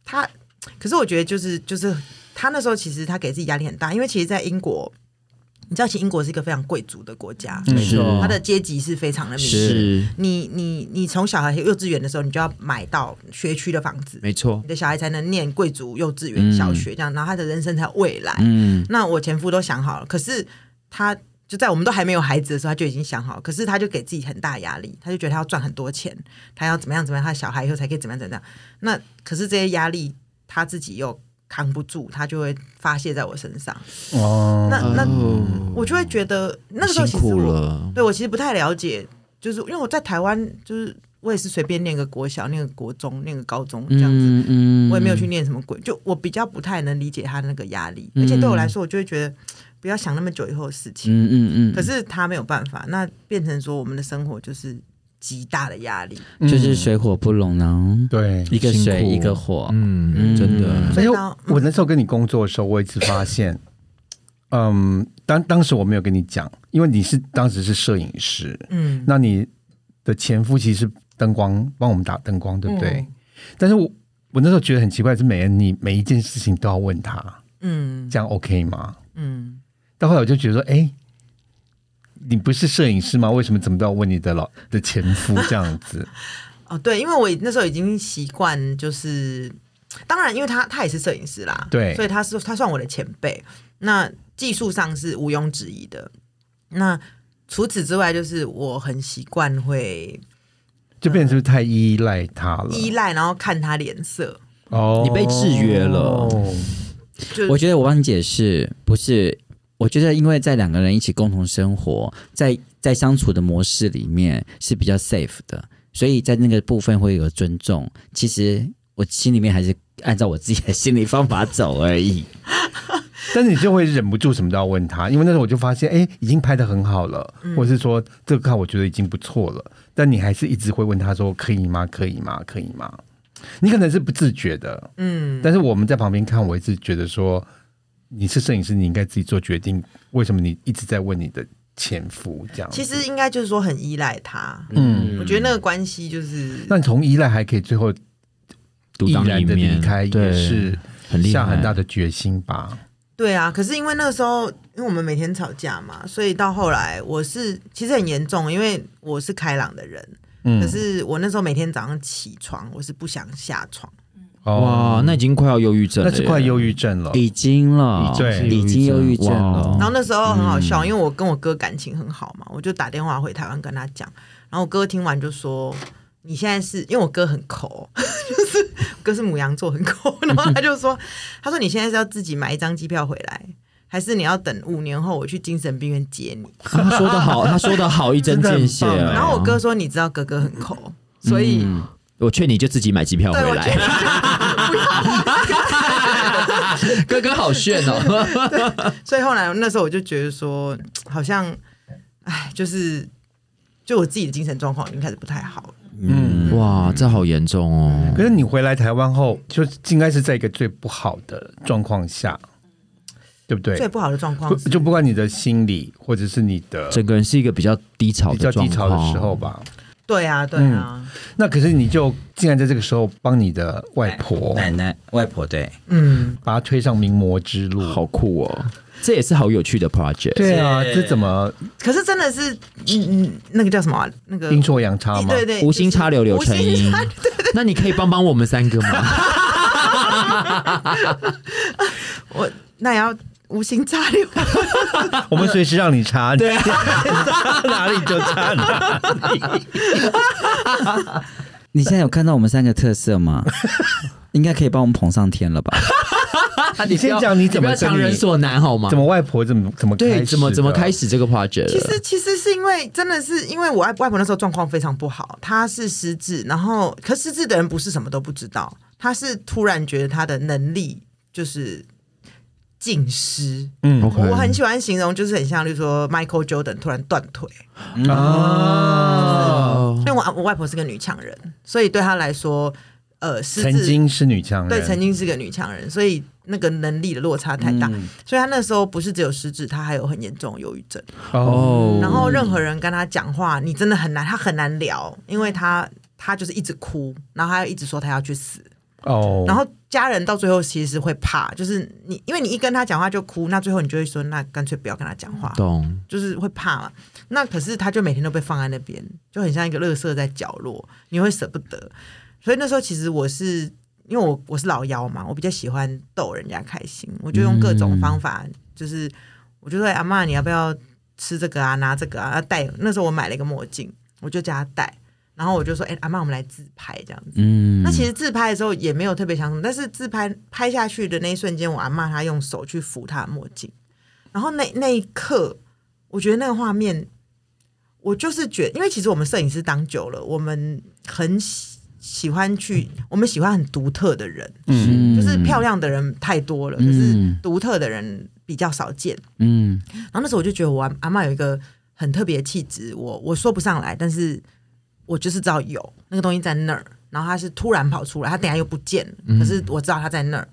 Speaker 4: 他，可是我觉得就是就是他那时候其实他给自己压力很大，因为其实，在英国，你知道，其实英国是一个非常贵族的国家，
Speaker 1: 嗯
Speaker 3: 没错，
Speaker 4: 他的阶级是非常的明显。
Speaker 2: 是
Speaker 4: 你你你从小孩幼稚园的时候，你就要买到学区的房子，
Speaker 2: 没错
Speaker 4: 你，的小孩才能念贵族幼稚园、小学这样，然后他的人生才有未来。
Speaker 3: 嗯，
Speaker 4: 那我前夫都想好了，可是他就在我们都还没有孩子的时候，他就已经想好了，可是他就给自己很大压力，他就觉得他要赚很多钱，他要怎么样怎么样，他小孩以后才可以怎么样怎么样。那可是这些压力他自己又扛不住，他就会发泄在我身上。
Speaker 1: 哦，
Speaker 4: 那那
Speaker 2: 哦
Speaker 4: 我就会觉得那个时候
Speaker 2: 辛
Speaker 4: 其实
Speaker 2: 苦
Speaker 4: 我
Speaker 2: 了。
Speaker 4: 对我其实不太了解，就是因为我在台湾就是。我也是随便念个国小、念个国中、念个高中这样子，
Speaker 3: 嗯嗯
Speaker 4: 我也没有去念什么鬼，就我比较不太能理解他那个压力，而且对我来说，我就会觉得不要想那么久以后的事情。
Speaker 3: 嗯嗯嗯，
Speaker 4: 可是他没有办法，那变成说我们的生活就是极大的压力。
Speaker 1: 嗯
Speaker 3: 就是水火不容呢，
Speaker 1: 对。
Speaker 3: 一个水
Speaker 2: 辛苦
Speaker 3: 一个火，
Speaker 2: 嗯，真的
Speaker 1: 而且
Speaker 4: 所以
Speaker 1: 我
Speaker 2: 嗯
Speaker 4: 当
Speaker 1: 我那时候跟你工作的时候，我一直发现，嗯，当当时我没有跟你讲，因为你是当时是摄影师，
Speaker 4: 嗯，
Speaker 1: 那你的前夫其实是灯光帮我们打灯光，对不
Speaker 2: 嗯
Speaker 1: 对？但是我我那时候觉得很奇怪，是美恩，你每一件事情都要问他，
Speaker 4: 嗯
Speaker 1: 这样 OK 吗？
Speaker 4: 嗯，
Speaker 1: 到后来我就觉得说，哎、你不是摄影师吗？为什么怎么都要问你的老的前夫这样子？
Speaker 4: 哦对，因为我那时候已经习惯就是当然，因为他他也是摄影师啦，
Speaker 1: 对
Speaker 4: 所以他是他算我的前辈，那技术上是毋庸置疑的。那除此之外，就是我很习惯会
Speaker 1: 就变成是不是太依赖他
Speaker 3: 啊
Speaker 1: 了，
Speaker 4: 依赖，然后看他脸色，
Speaker 1: 哦，
Speaker 2: 你被制约了
Speaker 4: 就
Speaker 3: 我觉得我帮你解释，不是，我觉得因为在两个人一起共同生活，在在相处的模式里面是比较 safe 的，所以在那个部分会有尊重。其实我心里面还是按照我自己的心理方法走而已。
Speaker 1: 但是你就会忍不住什么都要问他，因为那时候我就发现，哎、已经拍的很好了，或是说这个看我觉得已经不错了，但你还是一直会问他说可以吗？可以吗？可以吗？你可能是不自觉的，嗯，但是我们在旁边看，我一直觉得说你是摄影师，你应该自己做决定，为什么你一直在问你的前夫这样子？
Speaker 4: 其实应该就是说很依赖他。
Speaker 1: 嗯，
Speaker 4: 我觉得那个关系就是
Speaker 1: 那你从依赖还可以最后
Speaker 2: 独
Speaker 1: 毅
Speaker 2: 当
Speaker 1: 然
Speaker 2: 一
Speaker 1: 的
Speaker 2: 面
Speaker 1: 离开，也
Speaker 2: 对
Speaker 1: 是
Speaker 2: 很厉害，
Speaker 1: 下很大的决心吧？
Speaker 4: 对啊，可是因为那个时候，因为我们每天吵架嘛，所以到后来我是其实很严重，因为我是开朗的人，
Speaker 1: 嗯
Speaker 4: 可是我那时候每天早上起床，我是不想下床，
Speaker 1: 哦
Speaker 2: 哇，，嗯那已经快要忧郁症了
Speaker 1: 那
Speaker 2: 耶，
Speaker 1: 是快忧郁症了，
Speaker 3: 已经了，
Speaker 1: 对
Speaker 3: 已经忧郁症了
Speaker 2: 哇。
Speaker 4: 然后那时候很好笑，
Speaker 1: 嗯
Speaker 4: 因为我跟我哥感情很好嘛，我就打电话回台湾跟他讲，然后我哥听完就说：“你现在是因为我哥很抠， 就是我哥是母羊座很抠， 然后他就说，他说你现在是要自己买一张机票回来，还是你要等五年后我去精神病院接你？”
Speaker 2: 啊他说的好，他说的好，一针见血。啊
Speaker 1: 真的很棒
Speaker 4: 然后我哥说：“你知道哥哥很抠，所以、
Speaker 1: 嗯
Speaker 2: 我劝你就自己买机票
Speaker 4: 对
Speaker 2: 回
Speaker 4: 我觉
Speaker 2: 来。
Speaker 4: 得 不要。
Speaker 2: 哥哥好炫 哦，”
Speaker 4: 所以后来那时候我就觉得说，好像，哎，就是就我自己的精神状况已经开始不太好了。
Speaker 1: 嗯。
Speaker 2: 哇，这好严重哦。
Speaker 1: 可是你回来台湾后，就应该是在一个最不好的状况下，对不对？
Speaker 4: 最不好的状
Speaker 1: 不
Speaker 4: 况是
Speaker 1: 就不管你的心理或者是你的
Speaker 2: 整个人是一个比较低潮
Speaker 1: 比较
Speaker 2: 的状
Speaker 1: 低
Speaker 2: 况，
Speaker 1: 潮的时候吧。
Speaker 4: 对啊，对啊，
Speaker 1: 那可是你就竟然在这个时候帮你的外婆
Speaker 4: 哎
Speaker 2: 哎
Speaker 3: 奶奶、外婆对，
Speaker 4: 嗯，
Speaker 1: 把她推上名模之路，
Speaker 2: 好酷哦，这也是好有趣的 project。
Speaker 1: 对啊，这怎么
Speaker 4: 可是真的是，嗯嗯，那个叫什么啊、那个
Speaker 1: 阴错阳差吗？
Speaker 4: 对对，
Speaker 2: 无心插柳柳成
Speaker 4: 无
Speaker 2: 荫
Speaker 4: 心插，
Speaker 2: 那你可以帮帮我们三个吗？
Speaker 4: 我那也要无心插柳。啊
Speaker 1: 我们随时让你插，对、 哪里就插 哪里。
Speaker 3: 你现在有看到我们三个特色吗？ 应该可以帮我们捧上天了吧？
Speaker 1: 你先讲你怎么
Speaker 2: 不要
Speaker 1: 跟
Speaker 2: 强人
Speaker 1: 你
Speaker 2: 所难好吗
Speaker 1: 怎？么外婆怎么怎么开
Speaker 2: 对，
Speaker 1: 始
Speaker 2: 怎么怎么
Speaker 1: 的
Speaker 2: 开？始这个 project？
Speaker 4: 其
Speaker 2: 的
Speaker 4: 实其实是因为真的是因为我外外婆那时候状况非常不好，她是失智，然后可失智的人不是什么都不知道，她是突然觉得她的能力就是尽失。
Speaker 1: 嗯
Speaker 4: 我很喜欢形容，就是很像，例如说 Michael Jordan 突然断腿，
Speaker 1: 啊，
Speaker 2: 哦
Speaker 4: 因为我我外婆是个女强人，所以对她来说，呃，失
Speaker 1: 曾
Speaker 4: 智
Speaker 1: 经是女强人，
Speaker 4: 对曾经是个女强人，所以那个能力的落差太大，
Speaker 1: 嗯
Speaker 4: 所以她那时候不是只有失智，她还有很严重的忧郁症。
Speaker 1: 哦，
Speaker 4: 然后任何人跟他讲话，你真的很难，他很难聊，因为他他就是一直哭，然后他一直说他要去死，
Speaker 1: 哦，
Speaker 4: 然后家人到最后其实会怕，就是你因为你一跟他讲话就哭，那最后你就会说那干脆不要跟他讲话，
Speaker 2: 懂
Speaker 4: 就是会怕嘛。那可是他就每天都被放在那边，就很像一个垃圾在角落，你会舍不得。所以那时候其实我是因为我我是老幺嘛，我比较喜欢逗人家开心，我就用各种方法，就是我就说阿妈你要不要吃这个啊，拿这个啊，啊戴。那时候我买了一个墨镜，我就叫他戴，然后我就说哎、阿妈我们来自拍这样子。
Speaker 3: 嗯，
Speaker 4: 那其实自拍的时候也没有特别想什么，但是自拍拍下去的那一瞬间，我阿妈她用手去扶她的墨镜，然后那那一刻，我觉得那个画面，我就是觉因为其实我们摄影师当久了，我们很喜喜欢去，我们喜欢很独特的人，
Speaker 1: 嗯，
Speaker 4: 就是漂亮的人太多了，可是
Speaker 3: 嗯
Speaker 4: 独特的人比较少见。
Speaker 3: 嗯，
Speaker 4: 然后那时候我就觉得我阿阿妈有一个很特别的气质，我我说不上来，但是我就是知道有那个东西在那儿。然后它是突然跑出来，它等一下又不见了，可是我知道它在那儿。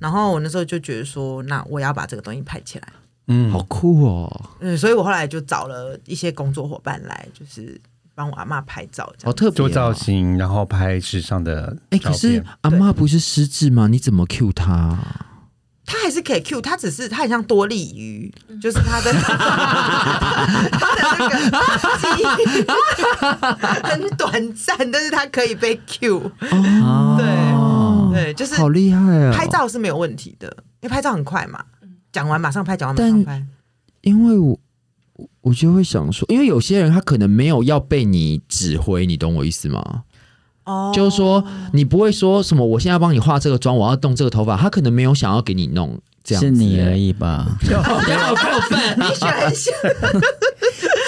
Speaker 4: 然后我那时候就觉得说，那我要把这个东西拍起来。
Speaker 2: 好酷哦，
Speaker 4: 嗯，所以我后来就找了一些工作伙伴来，就是帮我阿妈拍照这
Speaker 2: 好
Speaker 4: 样。
Speaker 2: 特别
Speaker 1: 做
Speaker 2: 哦。
Speaker 1: 造型，然后拍时尚的
Speaker 2: 哎，
Speaker 1: 照
Speaker 2: 可是
Speaker 1: 片。
Speaker 2: 阿妈不是失智吗？你怎么 cue 她？啊
Speaker 4: 他还是可以 Q，他只是他很像多利鱼，就是他的他的那个记忆很短暂，但是他可以被 Q。
Speaker 2: 哦
Speaker 4: 对对，就是
Speaker 2: 好厉害啊！
Speaker 4: 拍照是没有问题的，因为拍照很快嘛，讲完马上拍，讲完马
Speaker 2: 但
Speaker 4: 上拍。
Speaker 2: 因为我我我就会想说，因为有些人他可能没有要被你指挥，你懂我意思吗？
Speaker 4: 哦，
Speaker 2: 就是说你不会说什么，我现在要帮你化这个妆，我要动这个头发，他可能没有想要给你弄这样子。
Speaker 3: 是你而已吧？
Speaker 2: 不要过分。
Speaker 4: 你选一下，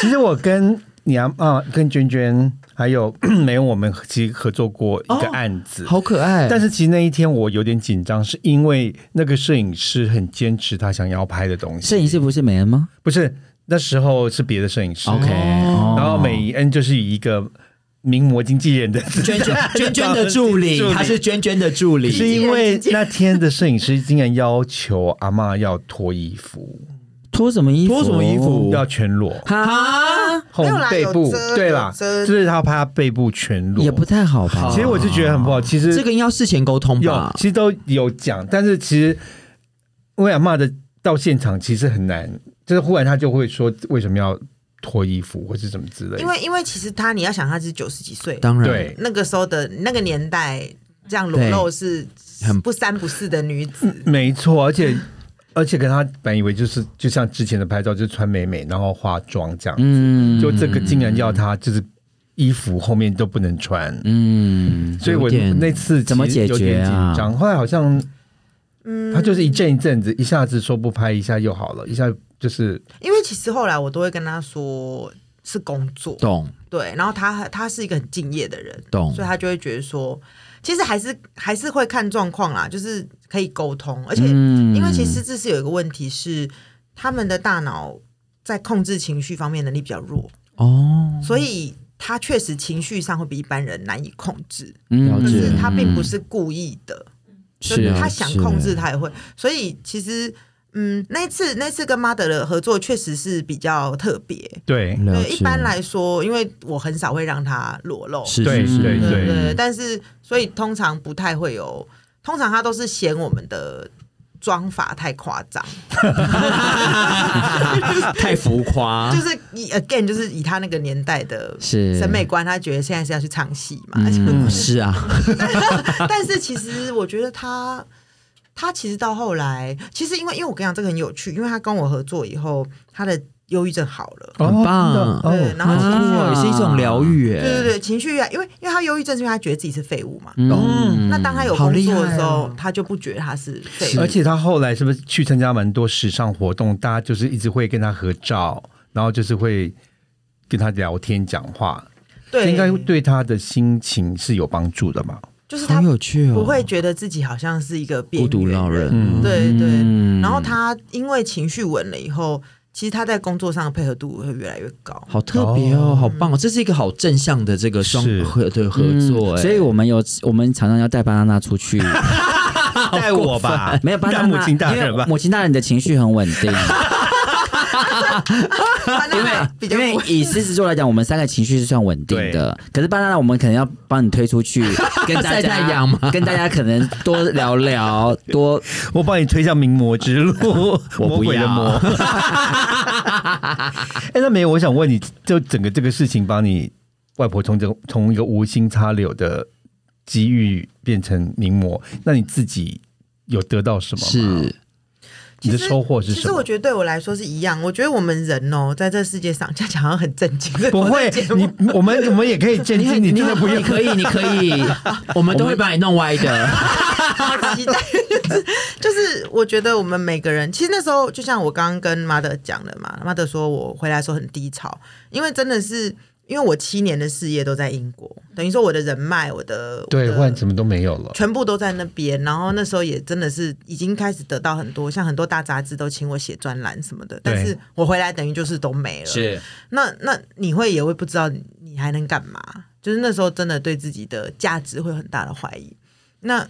Speaker 1: 其实我跟娘啊，跟娟娟还有 梅文，我们其实合作过
Speaker 4: 哦
Speaker 1: 一个案子。
Speaker 2: 好可爱，
Speaker 1: 但是其实那一天我有点紧张，是因为那个摄影师很坚持他想要拍的东西。
Speaker 3: 摄影师不是美人吗
Speaker 1: 不是那时候是别的摄影师
Speaker 3: ？OK，哦
Speaker 1: 然后美仪恩就是以一个名模经纪人的姿态
Speaker 2: 娟娟 娟娟的助理
Speaker 1: 助，理
Speaker 2: 他是娟娟的助
Speaker 1: 是
Speaker 2: 理。
Speaker 1: 因为那天的摄影师竟然要求阿嬷要脱衣服，
Speaker 3: 脱什么衣服？
Speaker 2: 脱什么衣服
Speaker 1: 要全裸，
Speaker 2: 哈，
Speaker 1: 后
Speaker 4: 没有啦
Speaker 1: 背
Speaker 4: 有
Speaker 1: 部，
Speaker 4: 遮
Speaker 1: 对
Speaker 4: 有
Speaker 1: 啦，
Speaker 4: 遮
Speaker 1: 就是他拍他背部全裸。
Speaker 3: 也不太好吧？
Speaker 1: 其实我就觉得很不好，其实
Speaker 2: 这个应该要事前沟通
Speaker 1: 有
Speaker 2: 吧，
Speaker 1: 其？实都有讲，但是其实因为阿嬷的到现场其实很难，就是忽然他就会说为什么要脱衣服或是怎么之类的
Speaker 4: 因。为因为其实他你要想他是九十几岁，
Speaker 2: 当然，
Speaker 1: 对
Speaker 4: 那个时候的那个年代，这样裸露是
Speaker 2: 很
Speaker 4: 不三不四的女子。
Speaker 1: 没错，而且而且跟他本以为就是就像之前的拍照，就是穿美美，然后化妆这样，
Speaker 3: 嗯
Speaker 1: 就这个竟然要他就是衣服后面都不能穿，
Speaker 3: 嗯，
Speaker 1: 所以我
Speaker 2: 有点
Speaker 1: 那次
Speaker 3: 怎么
Speaker 1: 其实有
Speaker 3: 解决
Speaker 1: 点紧
Speaker 3: 啊
Speaker 1: 张，后来好像。嗯，他就是一阵一阵子，一下子说不拍，一下又好了，一下就是
Speaker 4: 因为其实后来我都会跟他说是工作，
Speaker 2: 懂
Speaker 4: 对，然后他他是一个很敬业的人，
Speaker 2: 懂
Speaker 4: 所以他就会觉得说，其实还是还是会看状况啦，就是可以沟通，而且、
Speaker 3: 嗯
Speaker 4: 因为其实这是有一个问题是，他们的大脑在控制情绪方面能力比较弱，
Speaker 2: 哦，
Speaker 4: 所以他确实情绪上会比一般人难以控制，
Speaker 3: 嗯
Speaker 2: 了
Speaker 4: 就
Speaker 2: 解
Speaker 4: 是他并不是故意的，就是
Speaker 3: 啊
Speaker 4: 他想控制他也会，所以其实。嗯，那一次那次跟 Mother 的合作确实是比较特别。
Speaker 1: 对
Speaker 2: 是了
Speaker 4: 对，
Speaker 2: 解
Speaker 4: 一般来说，因为我很少会让他裸露，
Speaker 2: 是
Speaker 1: 对
Speaker 2: 是
Speaker 1: 对
Speaker 4: 对
Speaker 2: 是
Speaker 4: 对对，但是所以通常不太会有，通常他都是嫌我们的妆法太夸张，
Speaker 2: 太浮夸，
Speaker 4: 就是以 again 就是以他那个年代的
Speaker 3: 是
Speaker 4: 审美观，他觉得现在是要去唱戏嘛，
Speaker 2: 嗯，是啊，
Speaker 4: 但是其实我觉得他，他其实到后来，其实因为因为我跟你讲这个很有趣，因为他跟我合作以后，他的忧郁症好了，
Speaker 1: 哦
Speaker 2: 很棒
Speaker 1: 真的
Speaker 4: 对，
Speaker 1: 哦，
Speaker 4: 然后情绪，
Speaker 2: 哇啊也是一种疗愈，
Speaker 4: 对对，对，情绪啊，因为因为他忧郁症是因为他觉得自己是废物嘛。
Speaker 2: 嗯
Speaker 3: 嗯
Speaker 2: 懂
Speaker 4: 那当他有
Speaker 2: 好
Speaker 4: 工
Speaker 2: 厉
Speaker 4: 作的
Speaker 2: 害
Speaker 4: 时候，
Speaker 2: 哦
Speaker 4: 他就不觉得他是废物
Speaker 1: 而。且他后来是不是去参加蛮多时尚活动？大家就是一直会跟他合照，然后就是会跟他聊天、讲话，
Speaker 4: 对，
Speaker 1: 应该对他的心情是有帮助的嘛？
Speaker 4: 就是
Speaker 2: 好
Speaker 4: 他
Speaker 2: 有趣哦，
Speaker 4: 不会觉得自己好像是一个边
Speaker 2: 孤独
Speaker 4: 缘
Speaker 2: 老人，。
Speaker 1: 嗯
Speaker 4: 对对。
Speaker 3: 嗯
Speaker 4: 然后他因为情绪稳了以后，其实他在工作上的配合度会越来越高。
Speaker 2: 好特别哦，好棒哦！这是一个好正向的这个双
Speaker 1: 是
Speaker 2: 合的合作，哎
Speaker 3: 嗯所以我们有我们常常要带巴娜娜出 去，
Speaker 1: 带我吧，
Speaker 3: 没有巴娜
Speaker 1: 带
Speaker 3: 娜，
Speaker 1: 母亲大人
Speaker 3: 因为
Speaker 1: 吧。
Speaker 3: 母亲大人的情绪很稳 定，
Speaker 4: 因为比较
Speaker 3: 因为以狮子座来讲，我们三个情绪是算稳定的。可是巴娜娜，我们可能要帮你推 出去，跟大家
Speaker 2: 晒太阳吗
Speaker 3: 跟大家可能多聊聊， 多
Speaker 1: 我帮你推向名模之 路，魔鬼的 魔。哎、那没有，我想问你，就整个这个事情，帮你外婆从这个从一个无心插柳的机遇变成名模，那你自己有得到什么？
Speaker 2: 是，
Speaker 1: 你的收获是
Speaker 4: 其
Speaker 1: 什
Speaker 4: 实我
Speaker 1: 么？
Speaker 4: 觉得对我来说是一样，我觉得我们人哦，在这世界上，这样讲好像很震惊。
Speaker 1: 不会
Speaker 4: 我在节，目
Speaker 1: 你我们我们也可以见证，你真的不用
Speaker 2: 你可以，你可 以，我们都会把你弄歪的。
Speaker 4: 好期待，就是 我觉得我们每个人，其实那时候就像我刚刚跟 mother 讲的嘛，mother 说我回来的时候很低潮，因为真的是因为我七年的事业都在英国，等于说我的人脉，我的
Speaker 1: 对，
Speaker 4: 我的
Speaker 1: 忽然什么都没有了。
Speaker 4: 全部都在那边，然后那时候也真的是已经开始得到很多，像很多大杂志都请我写专栏什么的，但是我回来等于就是都没了。
Speaker 2: 是
Speaker 4: 那那你会也会不知道你还能干嘛，就是那时候真的对自己的价值会有很大的怀疑。那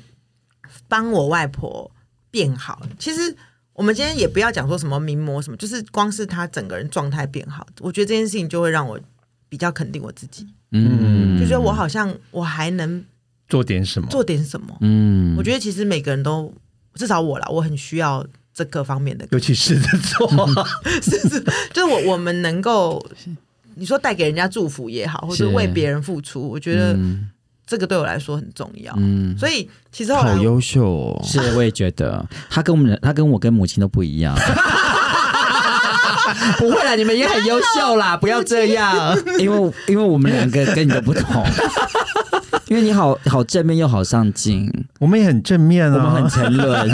Speaker 4: 帮我外婆变好，其实我们今天也不要讲说什么名模什么，就是光是她整个人状态变好，我觉得这件事情就会让我比较肯定我自己，
Speaker 3: 嗯
Speaker 4: 就觉得我好像我还能
Speaker 1: 做点什么？
Speaker 4: 做点什么。
Speaker 3: 嗯
Speaker 4: 我觉得其实每个人都，至少我啦，我很需要这各方面的，
Speaker 1: 尤其狮子座，
Speaker 4: 就是我我们能够，你说带给人家祝福也好，或
Speaker 3: 是
Speaker 4: 者为别人付出，我觉得这个对我来说很重要。
Speaker 3: 嗯，
Speaker 4: 所以其实后来
Speaker 2: 好优秀哦！
Speaker 3: 是我也觉得，他跟我们，他跟我跟母亲都不一样。
Speaker 2: 不会啦，你们也很优秀啦，不要这样。
Speaker 3: 因为因为我们两个跟你都不同，因为你好好正面又好上进，
Speaker 1: 我们也很正面
Speaker 3: 我们
Speaker 1: 啊
Speaker 3: 很，沉沦，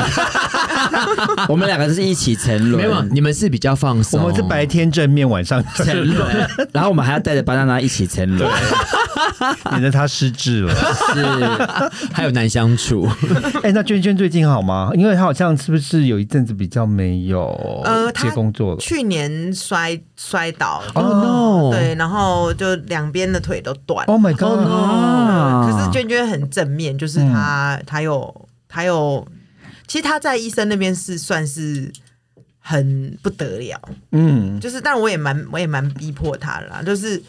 Speaker 3: 我们两个是一起沉沦，
Speaker 2: 没有，你们是比较放
Speaker 1: 我
Speaker 2: 松，
Speaker 1: 们是白天正面，晚上
Speaker 3: 沉沦，然后我们还要带着巴娜娜一起沉沦，
Speaker 1: 免得他失智了。
Speaker 3: 是
Speaker 2: 还有难相处。
Speaker 1: 哎，那娟娟最近好吗？因为她好像是不是有一阵子比较没有
Speaker 4: 呃她
Speaker 1: 接工作了？
Speaker 4: 去年摔摔倒，
Speaker 2: Oh no！
Speaker 4: 对，然后就两边的腿都断。
Speaker 1: Oh my god！、
Speaker 4: 嗯
Speaker 3: 啊
Speaker 4: 可是娟娟很正面，就是她，她有，她有，其实她在医生那边是算是很不得了，
Speaker 1: 嗯，
Speaker 4: 就是，但我也蛮，我也蛮逼迫她的啦，就是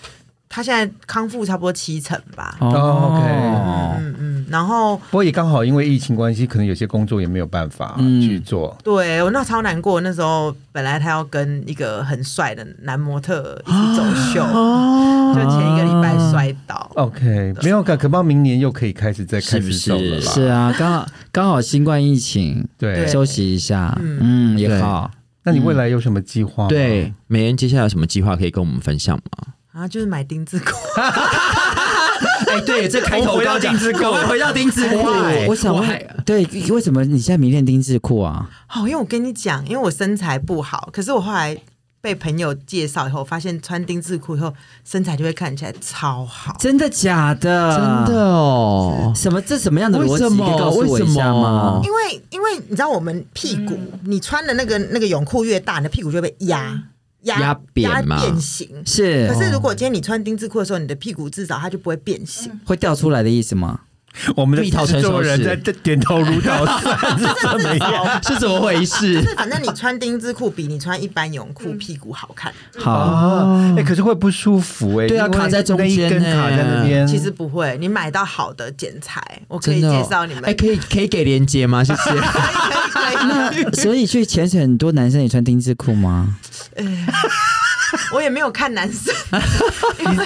Speaker 4: 她现在康复差不多七成吧，
Speaker 1: 哦
Speaker 4: 嗯嗯，然后
Speaker 1: 不过也刚好因为疫情关系，可能有些工作也没有办法
Speaker 3: 嗯
Speaker 1: 去做。
Speaker 4: 对我那超难过，那时候本来她要跟一个很帅的男模特一起走秀，
Speaker 3: 啊
Speaker 4: 就前一个礼拜摔倒，
Speaker 1: OK，没有可可不，明年又可以开始再
Speaker 3: 是
Speaker 1: 开
Speaker 3: 不
Speaker 1: 始走了啦。
Speaker 3: 是？是啊，刚好刚好新冠疫情，
Speaker 1: 嗯对
Speaker 4: 对。
Speaker 3: 休息一下，
Speaker 4: 嗯
Speaker 3: 嗯，也
Speaker 1: 对
Speaker 3: 好，
Speaker 1: 那你未来有什么计划？，
Speaker 2: 对，美人接下来有什么计划可以跟我们分享吗？
Speaker 4: 然后就是买丁字裤，
Speaker 2: 哎，对，这开头刚丁字裤，回到丁字
Speaker 3: 哎我我想
Speaker 2: 呃
Speaker 3: 问，对，为什么你现在迷恋丁字裤啊？
Speaker 4: 哦，因为我跟你讲，因为我身材不好，可是我后来被朋友介绍以后，发现穿丁字裤以后身材就会看起来超好。
Speaker 3: 真的假的？
Speaker 2: 真的哦，
Speaker 3: 什么？这什么样的逻
Speaker 2: 为
Speaker 3: 辑？
Speaker 2: 什
Speaker 3: 可以
Speaker 2: 么？
Speaker 3: 告诉我
Speaker 2: 为什
Speaker 3: 一下
Speaker 2: 么
Speaker 3: 吗？？
Speaker 4: 因为因为你知道我们屁股，
Speaker 3: 嗯
Speaker 4: 你穿的那个那个泳裤越大，你的屁股就会被压压
Speaker 2: 压扁嘛
Speaker 4: 变形。
Speaker 3: 是哦
Speaker 4: 可是如果今天你穿丁字裤的时候，你的屁股至少它就不会变形。
Speaker 3: 会掉出来的意思吗？
Speaker 1: 我们
Speaker 2: 蜜桃
Speaker 1: 的
Speaker 2: 成
Speaker 1: 制
Speaker 2: 熟
Speaker 1: 作人
Speaker 2: 时
Speaker 1: 在在点头如捣蒜，是怎 么样？
Speaker 2: 是怎么回事
Speaker 4: 哦就是反正你穿丁字裤比你穿一般泳裤屁股好看，
Speaker 3: 好，
Speaker 1: 啊，哎，可是会不舒服哎，
Speaker 2: 对啊
Speaker 1: 因为
Speaker 2: 卡在中
Speaker 1: 那一
Speaker 2: 间
Speaker 1: 根
Speaker 2: 呢
Speaker 1: 卡在那边。
Speaker 4: 其实不会。你买到好的剪裁，我可以
Speaker 2: 真的哦
Speaker 4: 介绍你们。
Speaker 2: 哎，可以可以给连接吗？谢 谢。
Speaker 4: 可以 可以可以
Speaker 3: 所以去潜水很多男生也穿丁字裤吗？
Speaker 4: 嗯我也没有看男生，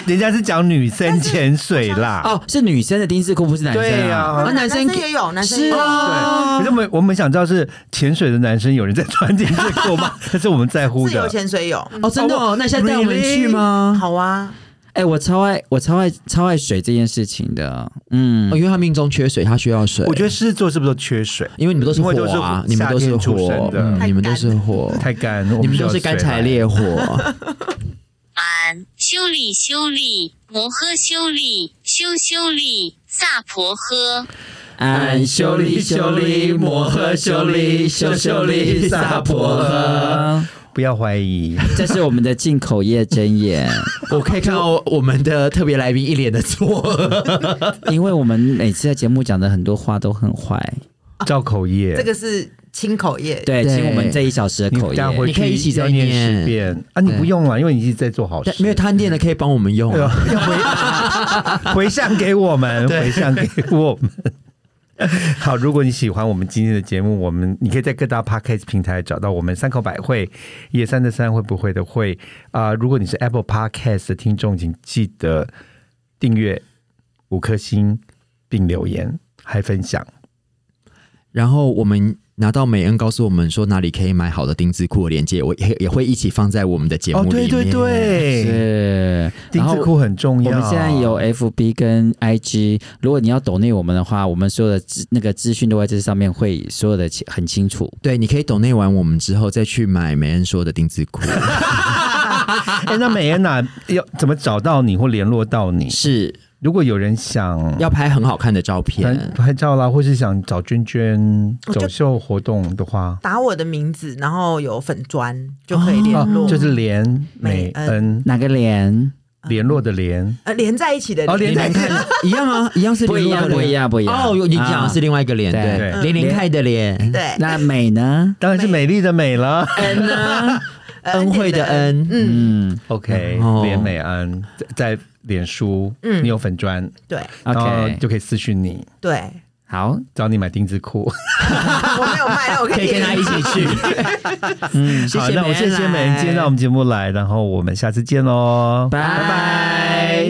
Speaker 1: 人家是讲女生潜水啦，
Speaker 3: 哦，是女生的丁字裤，不是男生
Speaker 1: 对
Speaker 3: 啊。
Speaker 1: 呀。
Speaker 2: 男生
Speaker 4: 也有，哦男生也
Speaker 3: 是
Speaker 4: 有。
Speaker 1: 对，
Speaker 2: 啊
Speaker 1: 可，是我们我们想知道是潜水的男生有人在穿丁字裤 吗？这是我们在乎
Speaker 4: 自由
Speaker 1: 的。
Speaker 4: 潜水有，
Speaker 2: 哦，真的哦，那现在带我们去吗？
Speaker 4: 好啊，
Speaker 3: 哎、我超爱，我超爱，超爱水这件事情的。嗯
Speaker 2: 哦，，因为他命中缺水，他需要水。
Speaker 1: 我觉得狮子座是不是都缺水？
Speaker 2: 因为你们都是
Speaker 1: 因为都
Speaker 2: 火啊，
Speaker 1: 是
Speaker 2: 你们都是
Speaker 1: 夏天出
Speaker 2: 火
Speaker 1: 生，的
Speaker 2: 嗯
Speaker 4: 太
Speaker 2: 你们都
Speaker 4: 干
Speaker 2: 是火，
Speaker 1: 太干，我
Speaker 2: 你们
Speaker 1: 需要
Speaker 2: 都是干
Speaker 1: 水
Speaker 2: 柴
Speaker 1: 来
Speaker 2: 烈 火。
Speaker 5: 俺修理修理摩诃修理修修理萨婆诃。
Speaker 3: 俺修理修理，摩诃修理修修理，萨婆诃。
Speaker 1: 不要怀 疑，
Speaker 3: 这是我们的进口业真言，
Speaker 2: 我可以看到我们的特别来宾一脸的错愕。
Speaker 3: 因为我们每次在节目讲的很多话都很坏。
Speaker 1: 造口业
Speaker 4: 这。个是清口液，
Speaker 3: 对，
Speaker 2: 对
Speaker 3: 请我们这一小时的
Speaker 1: 你
Speaker 3: 口
Speaker 1: 带
Speaker 3: 业。
Speaker 1: 回
Speaker 2: 你
Speaker 1: 去
Speaker 2: 可以一起再
Speaker 1: 要念
Speaker 2: 念
Speaker 1: 十遍啊！你不用了，因为你是在做好事
Speaker 2: 但。没有他念的可以帮我们用
Speaker 1: 哎呦，
Speaker 2: 啊，
Speaker 1: 要 回回向给我们，回向给我们。 好，如果你喜欢我们今天的节目，我们你可以在各大 podcast 平台找到我们三口百会，野三的三会不会的会啊、如果你是 Apple Podcast 的听众，请记得订阅五颗星，并留言还分享。
Speaker 2: 然后我们。拿到美恩告诉我们说哪里可以买好的丁字裤的链接，我也也会一起放在我们的节目
Speaker 1: 哦，
Speaker 2: 里面。
Speaker 1: 对对对，
Speaker 3: 是，
Speaker 1: 丁字裤很重
Speaker 3: 我
Speaker 1: 要。
Speaker 3: 们现在有 FB 跟 IG，如果你要抖内我们的话，我们所有的资那个资讯都在这上面会所有的清很清楚。
Speaker 2: 对，你可以懂内完我们之后再去买美恩说的丁字 裤。
Speaker 1: 哎、那美恩娜要怎么找到你或联络到你？
Speaker 2: 是
Speaker 1: 如果有人想
Speaker 2: 要拍很好看的照
Speaker 1: 拍
Speaker 2: 片，
Speaker 1: 拍照啦，或是想找娟娟
Speaker 4: 我就
Speaker 1: 走秀活动的话，
Speaker 4: 打我的名字，然后有粉砖就可以联
Speaker 1: 哦
Speaker 4: 络，，
Speaker 1: 就是连美
Speaker 4: 美
Speaker 1: 恩
Speaker 3: 哪个脸？
Speaker 1: 联络的连，
Speaker 4: 呃连在一起的
Speaker 1: 哦连在
Speaker 4: 在
Speaker 1: 一
Speaker 4: 一
Speaker 1: 起
Speaker 4: 起，
Speaker 2: 一样啊，一样是
Speaker 3: 不一样，
Speaker 2: 联络
Speaker 3: 不
Speaker 2: 的
Speaker 3: 一样，不一样。
Speaker 2: 哦，有你讲的是
Speaker 3: 啊
Speaker 2: 另外一个脸，
Speaker 3: 对
Speaker 1: 对
Speaker 2: 对，连连看的脸，
Speaker 4: 对，
Speaker 3: 那美呢？
Speaker 1: 当然是美丽的美了。
Speaker 3: 恩呢？
Speaker 4: 呃
Speaker 2: 恩惠的，恩，
Speaker 4: 嗯
Speaker 1: OK，
Speaker 2: 哦
Speaker 1: 连美恩在在脸书，
Speaker 4: 嗯
Speaker 1: 你有粉砖，
Speaker 4: 对
Speaker 1: 然后
Speaker 3: OK
Speaker 1: 就可以私讯你，
Speaker 4: 对，
Speaker 3: 好，
Speaker 1: 找你买丁字裤。
Speaker 4: 我没有卖，那我可
Speaker 2: 可
Speaker 4: 以
Speaker 2: 以跟他一起去。嗯，谢
Speaker 1: 好，
Speaker 2: 谢
Speaker 1: 那我谢谢美恩今天到我们节目来，然后我们下次见喽，
Speaker 3: 拜拜。